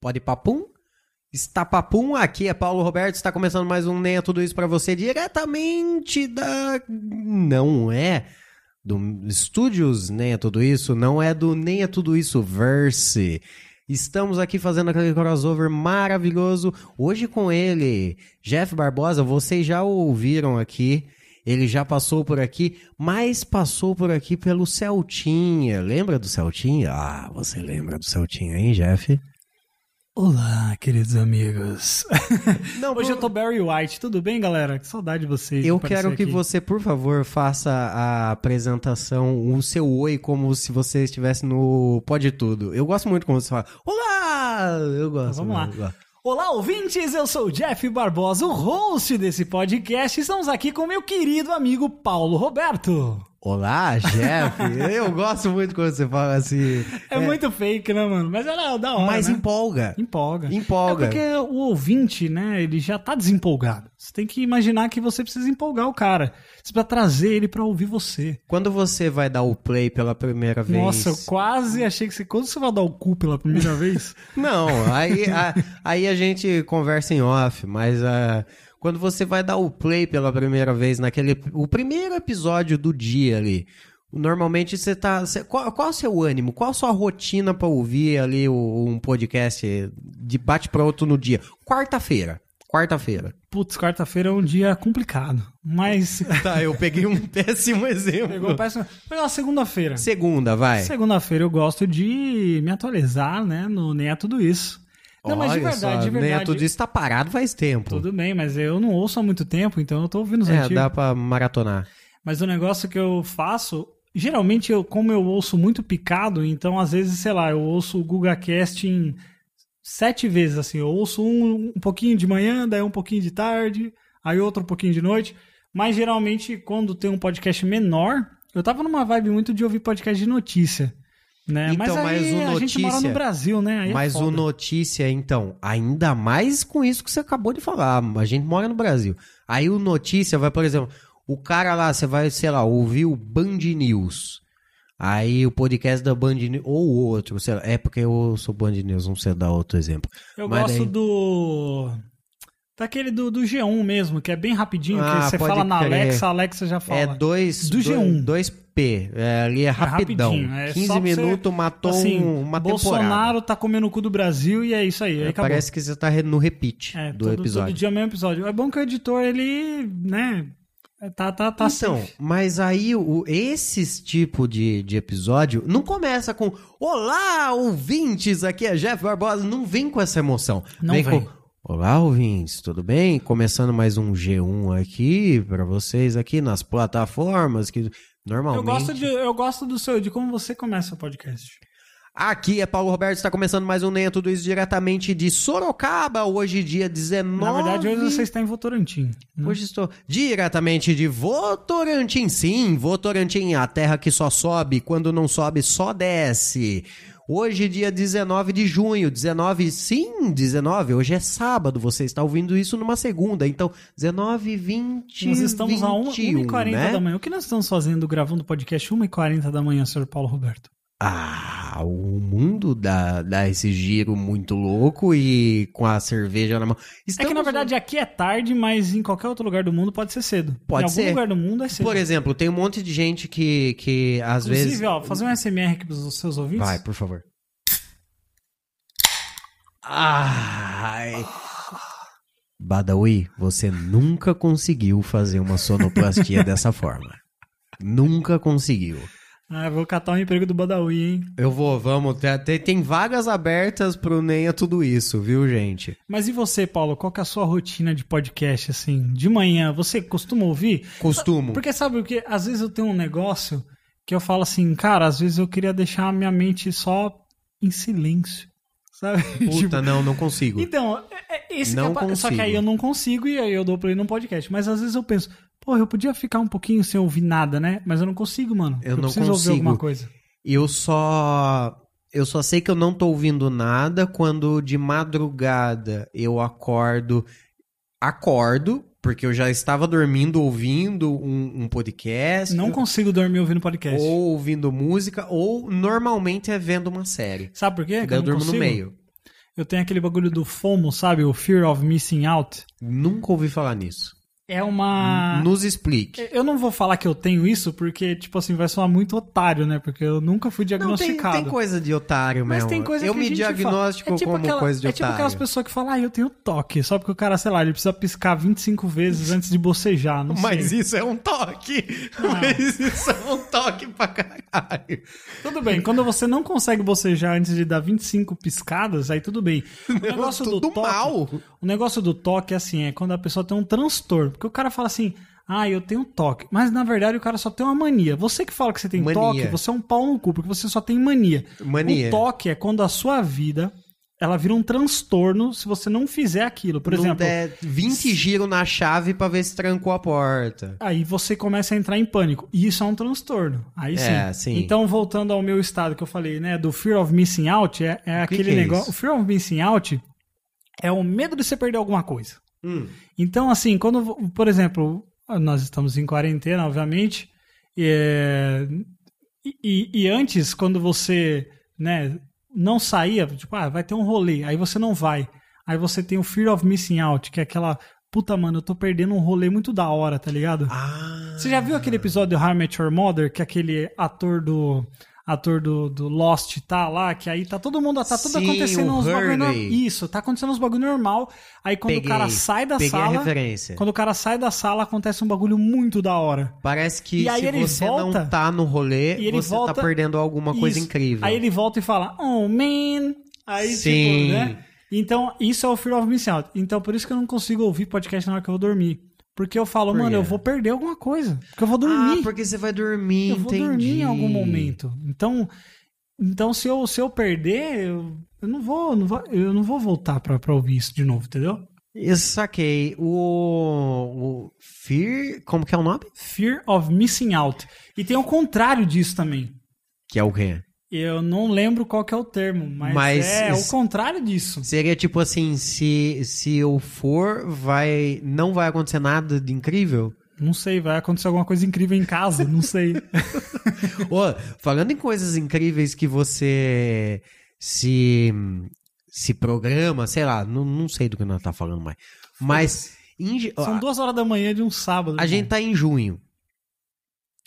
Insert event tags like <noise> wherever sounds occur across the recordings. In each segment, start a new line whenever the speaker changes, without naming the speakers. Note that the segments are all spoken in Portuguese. Pode papum? Está papum, aqui é Paulo Roberto, está começando mais um Nem é Tudo Isso para você diretamente da... Não é do Estúdios Nem é Tudo Isso, não é do Nem é Tudo Isso Verse. Estamos aqui fazendo aquele crossover maravilhoso, hoje com ele, Jeff Barbosa, vocês já o ouviram aqui, ele já passou por aqui, mas passou por aqui pelo Celtinha. Lembra do Celtinha? Ah, você lembra do Celtinha, hein, Jeff?
Olá, queridos amigos.
Não,
<laughs> Hoje eu tô Barry White. Tudo bem, galera? Que saudade de vocês. de
Eu
aparecer
quero que
aqui.
você, por favor, faça a apresentação, o seu oi, como se você estivesse no Pode Tudo. Eu gosto muito quando você fala, olá! Eu gosto.
Vamos lá.
eu gosto.
Olá, ouvintes. Eu sou o Jeff Barbosa, o host desse podcast. Estamos aqui com meu querido amigo Paulo Roberto.
Olá, Jeff!
<laughs>
eu gosto muito quando você fala assim.
É, muito fake, né, mano? Mas era da hora.
Mas
né?
empolga.
empolga.
Empolga.
É porque o ouvinte, né, ele já tá desempolgado. Você tem que imaginar que você precisa empolgar o cara. Você precisa trazer ele pra ouvir você.
Quando você vai dar o play pela primeira vez.
Nossa, eu quase achei que você. Quando você vai dar o cu pela primeira <laughs> vez.
Não, aí a, aí a gente conversa em off, mas ah, quando você vai dar o play pela primeira vez naquele. O primeiro episódio do dia ali. Normalmente você tá. você- qual, qual o seu ânimo? Qual a sua rotina pra ouvir ali o- um podcast de bate pronto no dia? Quarta-feira. Quarta-feira.
Putz, quarta-feira é um dia complicado.
<laughs>
Mas.
Tá, eu peguei um <laughs> péssimo exemplo.
Pegou um péssimo. Melhor segunda-feira. É.
Segunda, vai.
Segunda-feira eu gosto de me atualizar, né? No Nem é tudo isso. Não, mas de
Olha
verdade,
só,
de
né,
verdade.
Tudo isso tá parado faz tempo.
Tudo bem, mas eu não ouço há muito tempo, então eu tô ouvindo os
É,
antigos.
dá pra maratonar.
Mas o negócio que eu faço, geralmente, eu, como eu ouço muito picado, então às vezes, sei lá, eu ouço o GugaCast em sete vezes, assim. Eu ouço um, um pouquinho de manhã, daí um pouquinho de tarde, aí outro um pouquinho de noite. Mas geralmente, quando tem um podcast menor, eu tava numa vibe muito de ouvir podcast de notícia. Né?
Então,
mas aí
mas o
a gente mora
notícia-
no Brasil, né? Aí é
Mas o
foda.
notícia, então, ainda mais com isso que você acabou de falar. A gente mora no Brasil. Aí o notícia vai, por exemplo, o cara lá, você vai, sei lá, ouvir o Band News. Aí o podcast da Band News, ou outro, sei lá, é porque eu sou Band News, não sei dar outro exemplo.
Eu
mas
gosto
daí-
do. Daquele do, do G1 mesmo, que é bem rapidinho,
Ah,
que você
pode
fala na
crer.
Alexa, a Alexa já fala.
É dois,
Do G1.
dois P, é, ali é rapidão.
rapidinho, é só
15
pra você-
minutos matou
assim,
um- uma temporada.
Bolsonaro tá comendo o cu do Brasil e é isso aí. aí acabou.
Parece que você tá re- no repeat
é,
do
todo,
episódio.
todo dia é o mesmo episódio. É bom que o editor, ele, né, tá, tá, tá
Então,
safe.
mas aí o, esses tipo de, de episódio não começa com Olá, ouvintes, aqui é Jeff Barbosa. Não vem com essa emoção.
Não vem.
com Olá, ouvintes, tudo bem? Começando mais um G1 aqui pra vocês aqui nas plataformas que normalmente...
Eu gosto, de, eu gosto do seu, de como você começa o podcast.
Aqui é Paulo Roberto, está começando mais um Nem é Tudo Isso diretamente de Sorocaba, hoje dia 19...
Na verdade, hoje você está em Votorantim. né?
Hoje estou diretamente de Votorantim. Sim, Votorantim, a terra que só sobe, quando não sobe, só desce. Hoje, dia 19 de junho, 19, sim, 19, hoje é sábado, você está ouvindo isso numa segunda, então 19, 20,
Nós estamos a 1,
21,
1h40
né?
da manhã. O que nós estamos fazendo gravando podcast 1h40 da manhã, senhor Paulo Roberto?
Ah, o mundo dá, dá esse giro muito louco e com a cerveja na mão.
É que, na
Estamos-
verdade, aqui é tarde, mas em qualquer outro lugar do mundo pode ser cedo.
Pode
em
ser.
algum lugar do mundo é cedo.
Por exemplo, tem um monte de gente que, que às
Inclusive,
vezes...
ó, fazer um SMR aqui pros seus ouvintes.
Vai, por favor. Ai. Badawi, você nunca conseguiu fazer uma <laughs> sonoplastia dessa forma. Nunca conseguiu.
Ah, vou catar o emprego do Badawi, hein?
Eu vou, vamos. Tem, tem- tem vagas abertas pro Nenha tudo isso, viu, gente?
Mas e você, Paulo? Qual que é a sua rotina de podcast, assim? De manhã, você costuma ouvir?
Costumo.
Porque sabe o que? Às vezes eu tenho um negócio que eu falo assim, cara, às vezes eu queria deixar a minha mente só em silêncio, <laughs> sabe? Tipo,
Puta, não, não consigo.
Então, é, é, esse que
Não
é, pa- só que
consigo.
aí eu não consigo e aí eu dou play num podcast. Mas às vezes eu penso, porra, eu podia ficar um pouquinho sem ouvir nada, né? Mas eu não consigo, mano.
Eu não
preciso
consigo.
ouvir alguma coisa.
Eu só. Eu só sei que eu não tô ouvindo nada quando de madrugada eu acordo. Acordo, porque eu já estava dormindo ouvindo um, um podcast.
Não consigo dormir ouvindo podcast.
Ou ouvindo música, ou normalmente é vendo uma série.
Sabe por quê?
E
que
daí eu
não
durmo no
consigo?
meio.
eu tenho aquele bagulho do FOMO, sabe? O Fear of Missing Out.
Nunca ouvi falar nisso.
É uma.
Nos explique.
Eu não vou falar que eu tenho isso, porque, tipo assim, vai soar muito otário, né? Porque eu nunca fui
Não, tem,
diagnosticado.
tem coisa de otário mesmo.
Mas tem coisa
eu
que a
me
gente
diagnostico
fala. É tipo
como
aquela-
coisa de
É tipo
otário.
aquelas pessoas que falam, ah, eu tenho toque. Só porque o cara, sei lá, ele precisa piscar 25 vezes antes de bocejar, não
Mas
sei.
isso é um toque.
Não.
Mas isso é um toque pra caralho.
Tudo bem, quando você não consegue bocejar antes de dar 25 piscadas, aí tudo bem. O negócio do
Tudo
toque,
mal.
O negócio do toque, assim, é quando a pessoa tem um transtorno. Porque o cara fala assim, ah, eu tenho toque. Mas, na verdade, o cara só tem uma mania. Você que fala que você tem
Mania.
toque, você é um pau no cu, porque você só tem mania.
Mania.
O toque é quando a sua vida, ela vira um transtorno se você não fizer aquilo. Por
Não
exemplo...
der 20 giros na chave pra ver se trancou a porta.
Aí você começa a entrar em pânico. E isso é um transtorno. Aí sim.
É, sim.
Então, voltando ao meu estado que eu falei, né? Do fear of missing out, é, é
que
aquele
que é
negócio.
isso?
o fear of missing out é o medo de você perder alguma coisa. Então, assim, quando, por exemplo, nós estamos em quarentena, obviamente, é, e, e- e antes, quando você né, não saía, tipo, ah, vai ter um rolê, aí você não vai. Aí você tem o Fear of Missing Out, que é aquela, puta, mano, eu tô perdendo um rolê muito da hora, tá ligado?
Ah.
Você já viu aquele episódio do How I Met Your Mother, que aquele ator do ator do, do Lost tá lá, que aí tá todo mundo, tá tudo
Sim,
acontecendo
o
uns bagulho normal.
Hurley.
Isso, tá acontecendo uns bagulho normal. Aí quando
Peguei,
o cara sai da
peguei a
sala,
referência.
quando o cara sai da sala acontece um bagulho muito da hora.
Parece que
E aí
se
ele
você
volta-
não tá no rolê,
e ele
você
volta-
tá perdendo alguma coisa
Isso.
incrível.
Aí ele volta e fala, oh man. Aí,
Sim.
tipo, né? Então, isso é o Fear of Missing Out. Então, por isso que eu não consigo ouvir podcast na hora que eu vou dormir. Porque eu falo,
Por
mano,
quê?
eu vou perder alguma coisa. Porque eu vou
Ah,
dormir.
porque você vai dormir,
eu vou
entendi.
dormir em algum momento. Então, então se, eu, se eu perder, eu, eu não vou, não vou- eu não vou voltar pra, pra ouvir isso de novo, entendeu?
Eu saquei. O... o Fear... Como que é o nome?
Fear of missing out. E tem o contrário disso também.
Que é o quê?
Eu não lembro qual que é o termo, mas,
Mas
é
isso-
o contrário disso.
Seria tipo assim, se, se eu for, vai não vai acontecer nada de incrível?
Não sei, vai acontecer alguma coisa incrível em casa, não sei.
Ô, falando em coisas incríveis que você se se programa, sei lá, não, não sei do que nós tá falando mais. Mas em ge- <laughs>
São
ó,
duas horas da manhã de um sábado.
a gente tá em junho.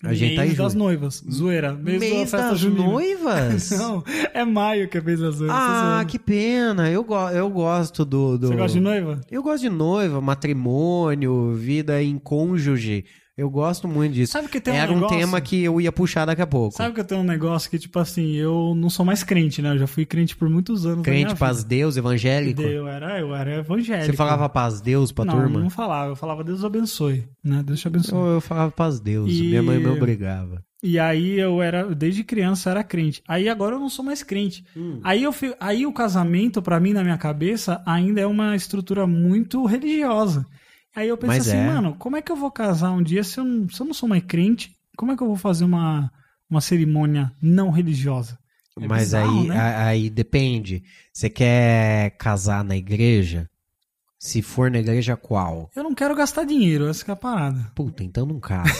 A gente tá em
Mês das
junho.
noivas. Zoeira. Mês, da né? festa
das
junina.
noivas?
<laughs> Não, é maio que é mês das noivas. tô
Ah,
zoando.
que pena. Eu, go eu gosto do, do.
Você gosta de noiva?
Eu gosto de noiva, matrimônio, vida em cônjuge. Eu gosto muito disso.
Sabe que tem um
Era um,
negócio-
tema que eu ia puxar daqui a pouco.
Sabe que eu tenho um negócio que, tipo assim, eu não sou mais crente, né? Eu já fui crente por muitos anos. da
Crente,
minha
paz, Deus, evangélico.
vida. Eu era, eu era evangélico.
Você falava paz, Deus pra
não,
turma?
eu não falava. Eu falava, Deus abençoe, né? Deus te abençoe.
Eu, eu falava paz, Deus.
E-
Minha mãe me obrigava.
E aí eu era, desde criança eu era crente. Aí agora eu não sou mais crente. Aí, eu, fi- aí o casamento, pra mim, na minha cabeça, ainda é uma estrutura muito religiosa. Aí eu penso
Mas
assim,
é.
mano, como é que eu vou casar um dia se eu, não- se eu não sou mais crente? Como é que eu vou fazer uma, uma cerimônia não religiosa? É
Mas
bizarro,
aí,
né?
a- aí depende. Você quer casar na igreja? Se for na igreja, qual?
Eu não quero gastar dinheiro, essa que é a parada.
Puta, então não
<laughs>
casa.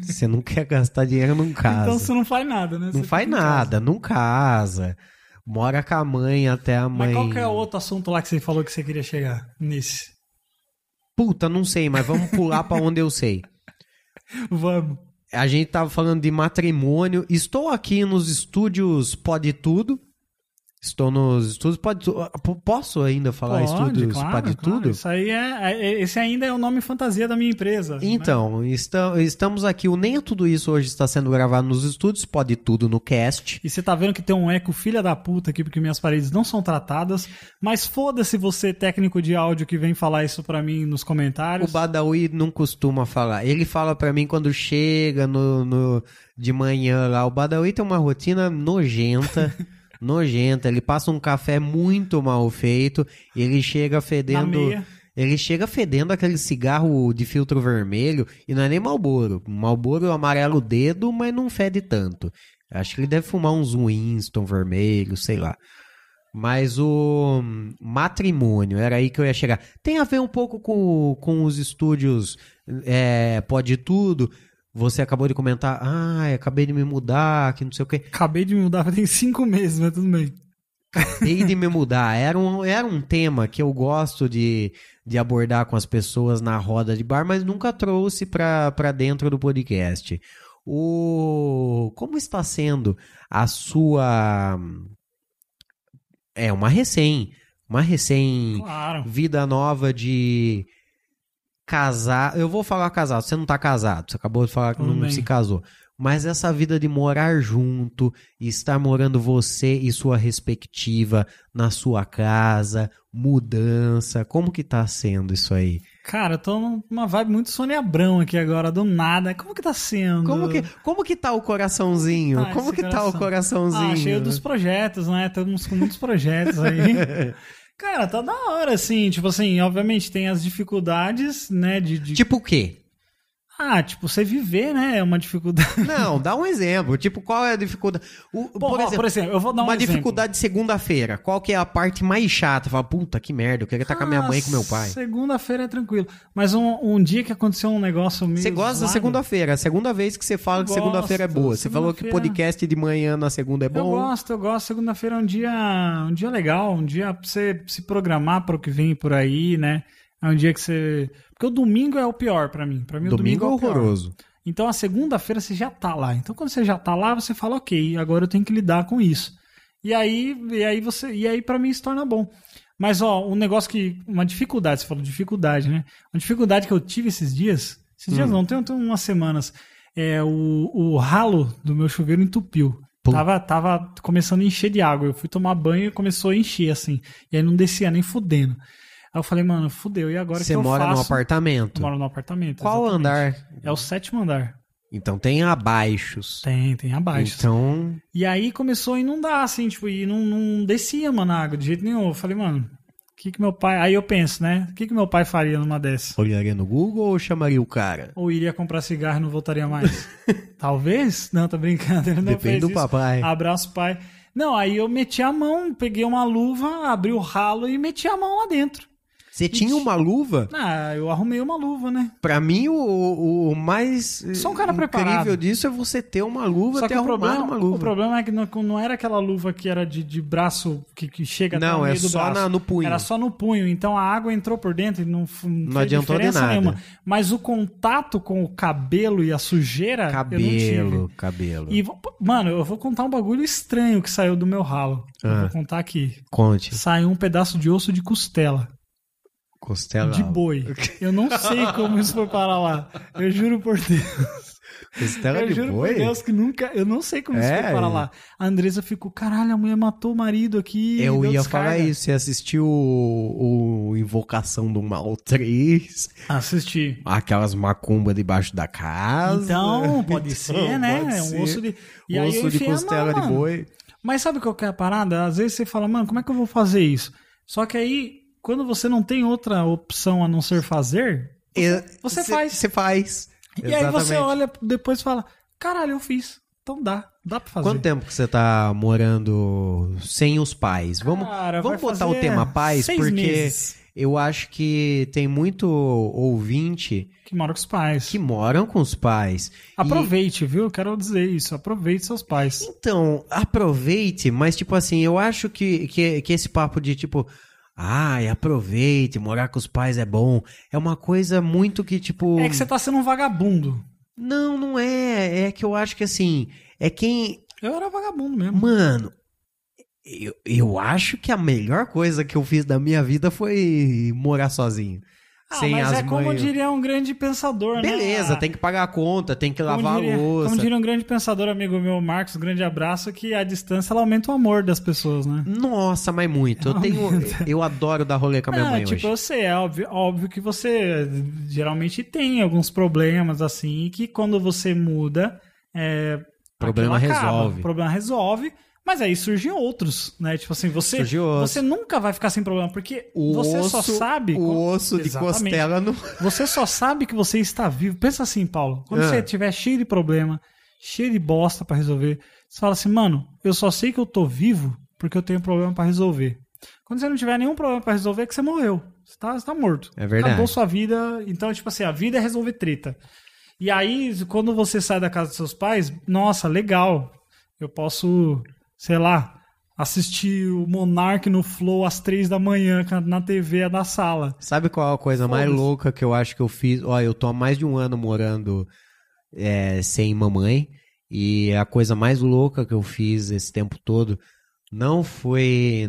você não quer gastar dinheiro, não casa.
Então você não faz nada, né?
Não
Você
faz
fica em casa.
nada, não casa. Mora com a mãe até a mãe.
Mas qual que é o outro assunto lá que você falou que você queria chegar nesse?
Puta, não sei, mas vamos pular pra onde eu sei.
Vamos.
A gente tava falando de matrimônio. Estou aqui nos estúdios Pode Tudo. Estou nos estúdios Pode Tudo. Posso ainda falar estúdios Pode Tudo?
Isso aí é, é- esse ainda é o nome fantasia da minha empresa.
Então, esta- estamos aqui. O Nem é Tudo Isso hoje está sendo gravado nos estúdios Pode Tudo no cast.
E você tá vendo que tem um eco filha da puta aqui, porque minhas paredes não são tratadas. Mas foda-se você, técnico de áudio, que vem falar isso pra mim nos
O
comentários.
Badawi não costuma falar. Ele fala pra mim quando chega no, no- de manhã lá. O Badawi tem uma rotina
<laughs>
nojenta. nojenta. Ele passa um café muito mal feito. Ele chega
na
fedendo.
meia.
Ele chega fedendo aquele cigarro de filtro vermelho. E não é nem Malboro. Malboro amarela o dedo, mas não fede tanto. Acho que ele deve fumar uns Winston vermelho, sei lá. Mas o hum, matrimônio, era aí que eu ia chegar. Tem a ver um pouco com, com os estúdios é, Pode Tudo. Você acabou de comentar, ah, acabei de me mudar, que não sei o quê.
<laughs> Acabei de me mudar tem cinco meses, mas tudo bem.
acabei de me mudar. Era um, era um tema que eu gosto de, de abordar com as pessoas na roda de bar, mas nunca trouxe para dentro do podcast. O, como está sendo a sua. É uma recém. Uma recém.
Claro.
Vida nova de casar. Eu vou falar casado, você não tá casado, você acabou de falar que
Tudo
não
bem.
se casou. Mas essa vida de morar junto, estar morando você e sua respectiva na sua casa, mudança, como que tá sendo isso aí?
Cara, eu tô numa vibe muito Sônia Abrão aqui agora, do nada. Como que tá sendo?
Como que, como que tá o coraçãozinho?
Ah,
como
esse
que tá o coraçãozinho?
Ah, cheio dos projetos, né? Estamos com muitos projetos aí.
<laughs>
Cara, tá da hora, assim. Tipo assim, obviamente tem as dificuldades, né? De, de-
Tipo o quê?
Ah, tipo, você viver, né? É uma dificuldade.
Não, dá um exemplo. Tipo, qual é a dificuldade? O-
Bom, ó,
por exemplo,
eu vou dar um
uma
exemplo.
dificuldade de segunda-feira. Qual que é a parte mais chata? Fala, puta, que merda, eu queria estar com a minha
Ah,
mãe e com meu pai.
Segunda-feira é tranquilo. Mas um, um dia que aconteceu um negócio meio.
Você gosta da
zoado,
segunda-feira. É a segunda vez que você fala que
Gosto.
segunda-feira é boa. Você falou que
Segunda-feira.
podcast de manhã na segunda é
Eu
bom.
gosto, eu gosto. Segunda-feira é um dia, um dia legal, um dia pra você se programar para o que vem por aí, né? É um dia que você. Porque o domingo é o pior pra mim. Pra mim,
Domingo é
o domingo é o pior.
horroroso.
Então a segunda-feira você já tá lá. Então quando você já tá lá, você fala, ok, agora eu tenho que lidar com isso. E aí, e aí você, e aí para mim se torna bom. Mas ó, um negócio que uma dificuldade, você falou dificuldade, né? Uma dificuldade que eu tive esses dias, esses
Hum.
dias não, tem, tem umas semanas, é o, o ralo do meu chuveiro entupiu.
Pum.
Tava, tava começando a encher de água. Eu fui tomar banho e começou a encher assim. E aí não descia nem fudendo. Aí eu falei, mano, fudeu. E agora
Você
que eu
mora
faço?
num
Eu
apartamento.
moro no apartamento.
Qual
exatamente.
andar?
É o sétimo andar.
Então tem abaixos.
Tem, tem abaixo.
Então,
E aí começou a inundar, assim, tipo, e não, não descia, mano, a água de jeito nenhum. Eu falei, mano, o que que meu pai. Aí eu penso, né? O que que meu pai faria numa dessa?
olharia no Google ou chamaria o cara?
Ou iria comprar cigarro e não
<laughs>
voltaria mais? Talvez? Não, tá brincando. Ele não
Depende
fez
do
isso.
papai.
Abraço, pai. Não, aí eu meti a mão, peguei uma luva, abri o ralo e meti a mão lá dentro.
Você tinha uma luva?
Ah, eu arrumei uma luva, né?
Pra mim, o, o- o mais
Só um cara
incrível
preparado.
disso é você ter uma luva,
Só
ter
que o
arrumado
problema,
uma
o
luva.
problema é que não, não era aquela luva que era de, de braço que, que chega até o
Não,
meio
é
do
só
braço.
na- no punho.
Era só no punho, então a água entrou por dentro e não, f- não, fez
adiantou de
diferença
nada.
nenhuma. Mas o contato com o cabelo e a sujeira, eu não tive.
Cabelo, cabelo.
E, vou- mano, eu vou contar um bagulho estranho que saiu do meu ralo. Eu
Ah.
vou contar aqui.
Conte.
Saiu um pedaço de osso de costela.
Costela.
De
<laughs>
boi. Eu não sei como isso foi parar lá. Eu juro por Deus.
Costela
Eu
é de
juro
boi?
por Deus que nunca. Eu não sei como isso
É.
foi parar lá. A Andresa ficou, caralho, a mulher matou o marido aqui. e
Eu
deu
ia
descarga."
falar isso, você assistiu o, o Invocação do Mal <laughs> 3,
Assisti.
aquelas macumbas debaixo da casa.
<laughs> Então, pode ser,
Então,
né?
pode
É
ser.
um osso de. E aí eu
Osso de
enfiei a mão,
costela de
mano.
boi.
Mas sabe qual que é a parada? Às vezes você fala, mano, como é que eu vou fazer isso? Só que aí, quando você não tem outra opção a não ser fazer,
E-
você
cê-
faz.
Você faz.
e aí
Exatamente.
você olha depois e fala, caralho, eu fiz. Então dá, dá pra fazer.
Quanto tempo que você tá morando sem os pais? Vamos,
Cara,
vamos
vai
botar o
fazer
tema pais,
seis
porque
meses
eu acho que tem muito ouvinte
que mora com os pais.
que moram com os pais. E-
Aproveite, viu? Eu Quero dizer isso. Aproveite seus pais.
Então, aproveite, mas tipo assim, eu acho que, que, que esse papo de tipo, ai, aproveite, morar com os pais é bom, é uma coisa muito que tipo.
É que você tá sendo um vagabundo.
Não, não é. É que eu acho que assim, é quem.
Eu era vagabundo mesmo.
Mano, eu, eu acho que a melhor coisa que eu fiz da minha vida foi morar sozinho.
Ah,
sem
mas
as
é como
mães.
diria um grande pensador, né?
Beleza,
Ah,
tem que pagar a conta, tem que
como
lavar
diria-
a louça.
Como diria um grande pensador, amigo meu, Marcos, grande abraço, que a distância ela aumenta o amor das pessoas, né?
Nossa, mas muito.
É
Eu tenho. Eu adoro dar rolê com a minha
Não,
mãe
tipo,
hoje.
eu sei, é óbvio, óbvio que você geralmente tem alguns problemas assim, que quando você muda, é,
Problema
aquilo acaba,
resolve.
o problema resolve, mas aí surgem outros, né? Tipo assim, você,
Surge outro.
você nunca vai ficar sem problema, porque você só sabe.
o osso de
Exatamente.
costela não
Você só sabe que você está vivo. Pensa assim, Paulo. Quando
Ah.
você tiver cheio de problema, cheio de bosta pra resolver, você fala assim, mano, eu só sei que eu tô vivo porque eu tenho um problema pra resolver. Quando você não tiver nenhum problema pra resolver, é que você morreu. Você tá, você tá morto.
É verdade.
Acabou sua vida. Então, tipo assim, a vida é resolver treta. E aí, quando você sai da casa dos seus pais, nossa, legal. Eu posso, sei lá, assistir o Monark no Flow às três da manhã ca- na TV da sala.
<laughs> Sabe qual a coisa mais
Foda-se.
louca que eu acho que eu fiz? Ó, eu tô há mais de um ano morando é, sem mamãe. E a coisa mais louca que eu fiz esse tempo todo não foi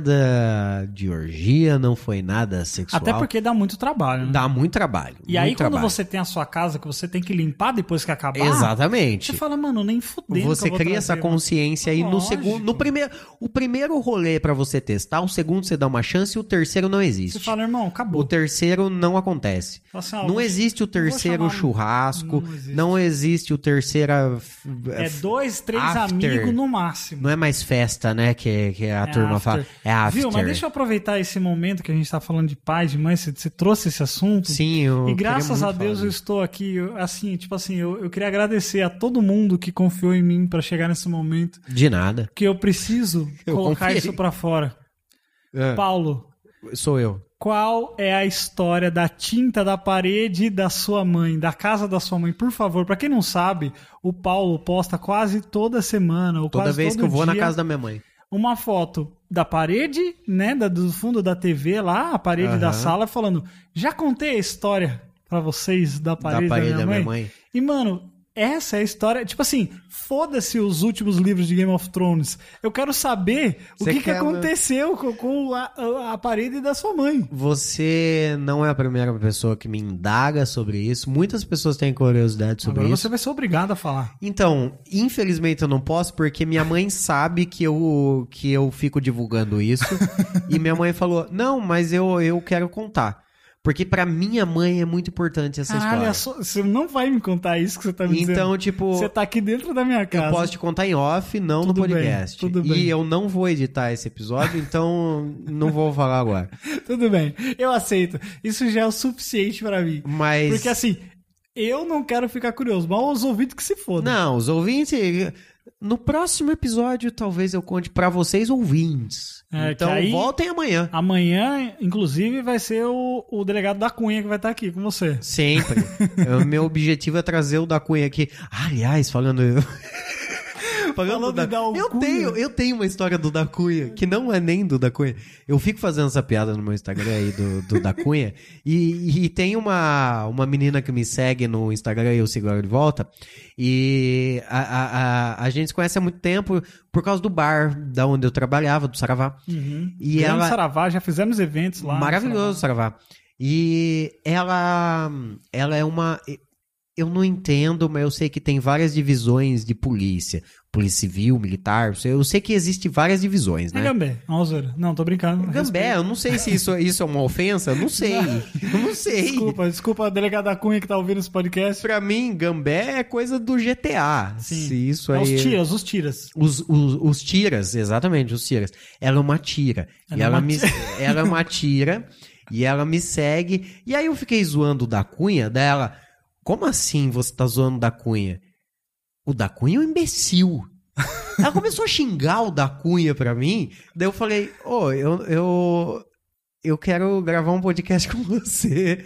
nada de orgia, não foi nada sexual.
Até porque dá muito trabalho, né?
Dá muito trabalho.
E aí,
muito
quando
trabalho.
você tem a sua casa que você tem que limpar depois que acabar,
Exatamente.
você fala, mano, nem fudendo. que
Você
eu vou
cria essa
trazer,
consciência aí no
Lógico.
segundo, no primeiro, o primeiro rolê pra você testar, o segundo você dá uma chance e o terceiro não
Você
existe.
fala, "Ah, irmão,
O
acabou.
terceiro não acontece.
Fala assim, ah,
não
vou-
existe o terceiro
chamar-
churrasco,
Não existe.
não existe o terceira f-
É
f-
dois, três
after.
amigos no máximo.
não é mais festa, né, que, que a
É
turma
after.
fala, é after.
Viu? Mas deixa eu aproveitar esse momento que a gente tá falando de paz, de mãe. Você, você trouxe esse assunto.
Sim, eu
assim, E graças
queria
a
muito
Deus eu
falar disso.
estou aqui, eu- assim, tipo assim, eu, eu queria agradecer a todo mundo que confiou em mim pra chegar nesse momento,
de nada.
porque eu preciso
<laughs> Eu
colocar
confiei.
isso pra fora.
É,
Paulo,
sou eu.
qual é a história da tinta da parede da sua mãe, da casa da sua mãe? Por favor, pra quem não sabe, o Paulo posta quase toda semana, ou
Toda
quase
vez que
todo
eu vou na
dia,
casa da minha mãe.
uma foto da parede, né, da- do fundo da TV lá, a parede
Aham.
da sala, falando: já contei a história pra vocês da parede,
da parede da minha mãe.
E, mano, essa é a história. Tipo assim, foda-se os últimos livros de Game of Thrones. Eu quero saber
Você
o que, que
quer, né?
aconteceu com, com a, a- a parede da sua mãe.
Você não é a primeira pessoa que me indaga sobre isso. Muitas pessoas têm curiosidade sobre
Agora
isso.
você vai ser obrigado a falar.
Então, infelizmente eu não posso porque minha mãe sabe que eu, que eu fico divulgando isso.
<laughs>
e minha mãe falou: "Não, mas eu, eu quero contar". Porque pra minha mãe é muito importante essa
Caralho, a
história.
sua- você não vai me contar isso que você tá me dizendo.
Então, tipo,
Você tá aqui dentro da minha casa.
eu posso te contar em off, não no
Tudo bem,
podcast.
tudo
E
bem.
eu não vou editar esse episódio, então não vou falar
<laughs>
agora.
Tudo bem. Eu aceito. Isso já é o suficiente pra mim.
Mas
Porque assim, eu não quero ficar curioso. Mal os ouvidos que se fodam.
Não, os ouvintes. No próximo episódio, talvez eu conte pra vocês, ouvintes.
É, que
então,
aí-
voltem amanhã.
Amanhã, inclusive, vai ser o, o delegado da Cunha que vai estar aqui com você.
<laughs> Sempre. o meu objetivo é trazer o da Cunha aqui. Aliás, falando.
Falando
da...
em dar o
eu
Cunha.
tenho, eu tenho uma história do da Cunha, que não é nem do da Cunha. Eu fico fazendo essa piada no meu Instagram aí do, do da Cunha. E, e tem uma, uma menina que me segue no Instagram e eu sigo ela de volta. E a, a, a, a gente se conhece há muito tempo por causa do bar da onde eu trabalhava, do Saravá. Uhum. E
E Grande
ela,
Saravá, já fizemos eventos lá. no
Maravilhoso, Saravá. E ela, ela é uma. Eu não entendo, mas eu sei que tem várias divisões de polícia. Polícia civil, militar. Eu sei que existe várias divisões,
Saravá. É
né?
Gambé. Não, zoeira. Não, tô brincando.
Gambé, eu não sei se isso, isso é uma ofensa. eu Não sei. Eu não sei.
Desculpa, desculpa, delegada Cunha que tá ouvindo esse podcast.
Pra mim, Gambé é coisa do GTA.
Sim.
Se isso
É
aí...
os tiras, os tiras.
Os, os, os tiras, exatamente, os tiras. Ela é uma tira.
Ela
e
é
ela,
uma
me, <laughs> ela é uma tira. E ela me segue. E aí eu fiquei zoando o da Cunha dela. Como assim você tá zoando o da Cunha? O da Cunha é um imbecil. Ela começou a xingar o da Cunha pra mim. Daí eu falei, ô, eu, eu, eu quero gravar um podcast <laughs> com você.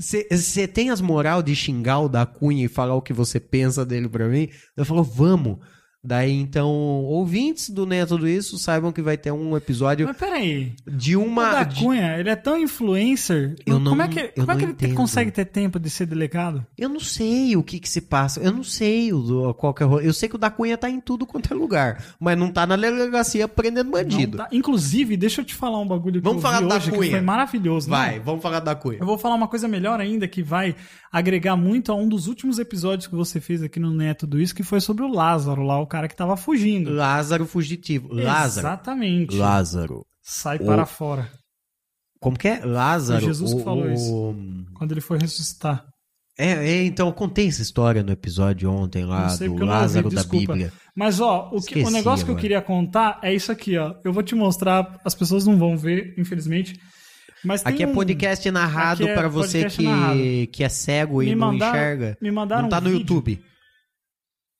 Você tem as moral de xingar o da Cunha e falar o que você pensa dele pra mim? Ela falou, vamos. Daí, então, ouvintes do Neto Tudo Isso, saibam que vai ter um episódio
Mas peraí.
de uma...
o da
de-
Cunha, ele é tão influencer.
Eu não-
como é que,
eu
como é
não
que ele te-
entendo.
consegue ter tempo de ser delegado?
Eu não tá sei o que que se passa. Eu não sei o do, qual que é o... rolê. Eu sei que o da Cunha tá em tudo quanto é lugar. Mas não tá na delegacia prendendo bandido.
Não tá. dá- Inclusive, deixa eu te falar um bagulho que
Vamos
eu
falar
vi
da
hoje,
Cunha.
que foi maravilhoso. né?
Vai, vamos falar da Cunha.
Eu vou falar uma coisa melhor ainda que vai agregar muito a um dos últimos episódios que você fez aqui no Neto do Isso, que foi sobre o Lázaro lá, o cara que tava fugindo.
<laughs> Lázaro fugitivo. Lázaro.
Exatamente.
Lázaro.
Sai
O-
para fora.
Como que é? Lázaro.
Foi Jesus que falou
isso.
Quando ele foi ressuscitar.
É, é, então, eu contei essa história no episódio ontem lá
Não sei
do
porque eu não ouvi,
Lázaro da
desculpa.
Bíblia.
Mas, ó, o, que- o
Esqueci
negócio que eu
agora.
queria contar é isso aqui, ó. Eu vou te mostrar, as pessoas não vão ver, infelizmente. Mas tem
Aqui é
um-
podcast narrado
Aqui é
pra você
podcast
que,
narrado.
que é cego e
Me
não
mandaram-
enxerga.
Me
Não
mandaram
tá
um
no
vídeo,
YouTube.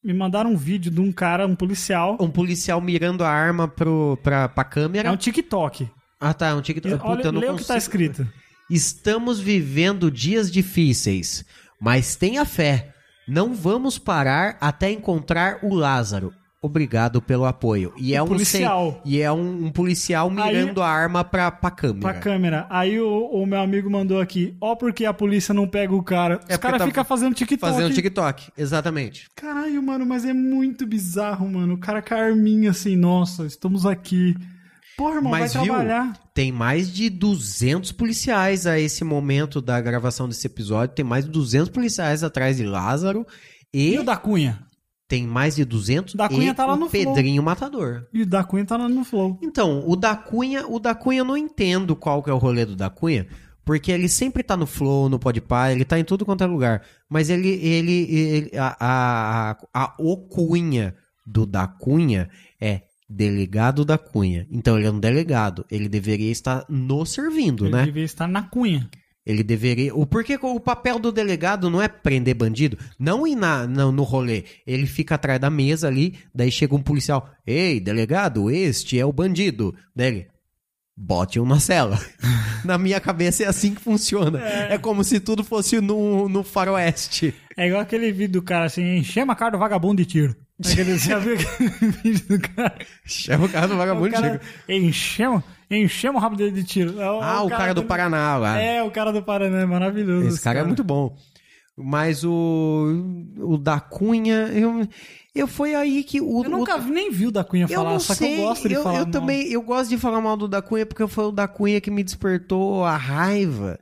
Me mandaram um vídeo de um cara, um policial.
Um policial mirando a arma pro, pra, pra câmera.
É um TikTok.
Ah, tá. Um TikTok. Puta,
Olha,
eu não
lê o que tá
consigo.
escrito.
Estamos vivendo dias difíceis, mas tenha fé. Não vamos parar até encontrar o Lázaro. obrigado pelo apoio. E é um
policial.
sem- e é um, um policial
Aí-
mirando a arma pra, pra
Pra
câmera.
câmera. Aí o, o meu amigo mandou aqui, ó porque a polícia não pega o cara.
É
Os
porque
caras
tá
ficam fazendo TikTok.
Fazendo TikTok, exatamente.
Caralho, mano, mas é muito bizarro, mano. O cara com a arminha assim, nossa, estamos aqui. Porra, irmão,
Mas
vai
viu?
trabalhar.
Tem mais de 200 policiais a esse momento da gravação desse episódio. Tem mais de 200 policiais atrás de Lázaro.
E,
E
o da Cunha?
tem mais de 200
Da Cunha
e
tá lá
o
no Flow.
Pedrinho Matador.
E o da Cunha tá lá no Flow.
Então, o da Cunha, o da Cunha eu não entendo qual que é o rolê do da Cunha, porque ele sempre tá no Flow, no Podpah, ele tá em tudo quanto é lugar. Mas ele, ele, ele- a, a, a o Cunha do da Cunha é delegado da Cunha. Então ele é um delegado, ele deveria estar no servindo,
Ele
né?
devia estar na Cunha.
Ele deveria. O porquê que o papel do delegado não é prender bandido? Não ir na, na- no rolê. Ele fica atrás da mesa ali, daí chega um policial. Ei, delegado, este é o bandido. Daí ele. Bote um na cela. <laughs> na minha cabeça é assim que funciona. É, como se tudo fosse no, no faroeste.
É igual aquele vídeo do cara assim, enchema a cara do vagabundo de tiro. Aquele, já viu aquele <laughs> vídeo do cara?
Chama É o cara do
O
vagabundo
cara
Tá chega.
enchema, enchema o rabo dele de tiro.
Ah, o cara, do
Paraná.
Paraná lá.
É, o cara do Paraná, é maravilhoso.
Esse cara, é muito bom. Mas o, o da Cunha, eu, eu foi aí que o,
Eu
o
nunca vi- nem vi o da Cunha falar, só que eu gosto de
eu,
falar.
eu
mal.
também eu gosto de falar mal do da Cunha porque foi o da Cunha que me despertou a raiva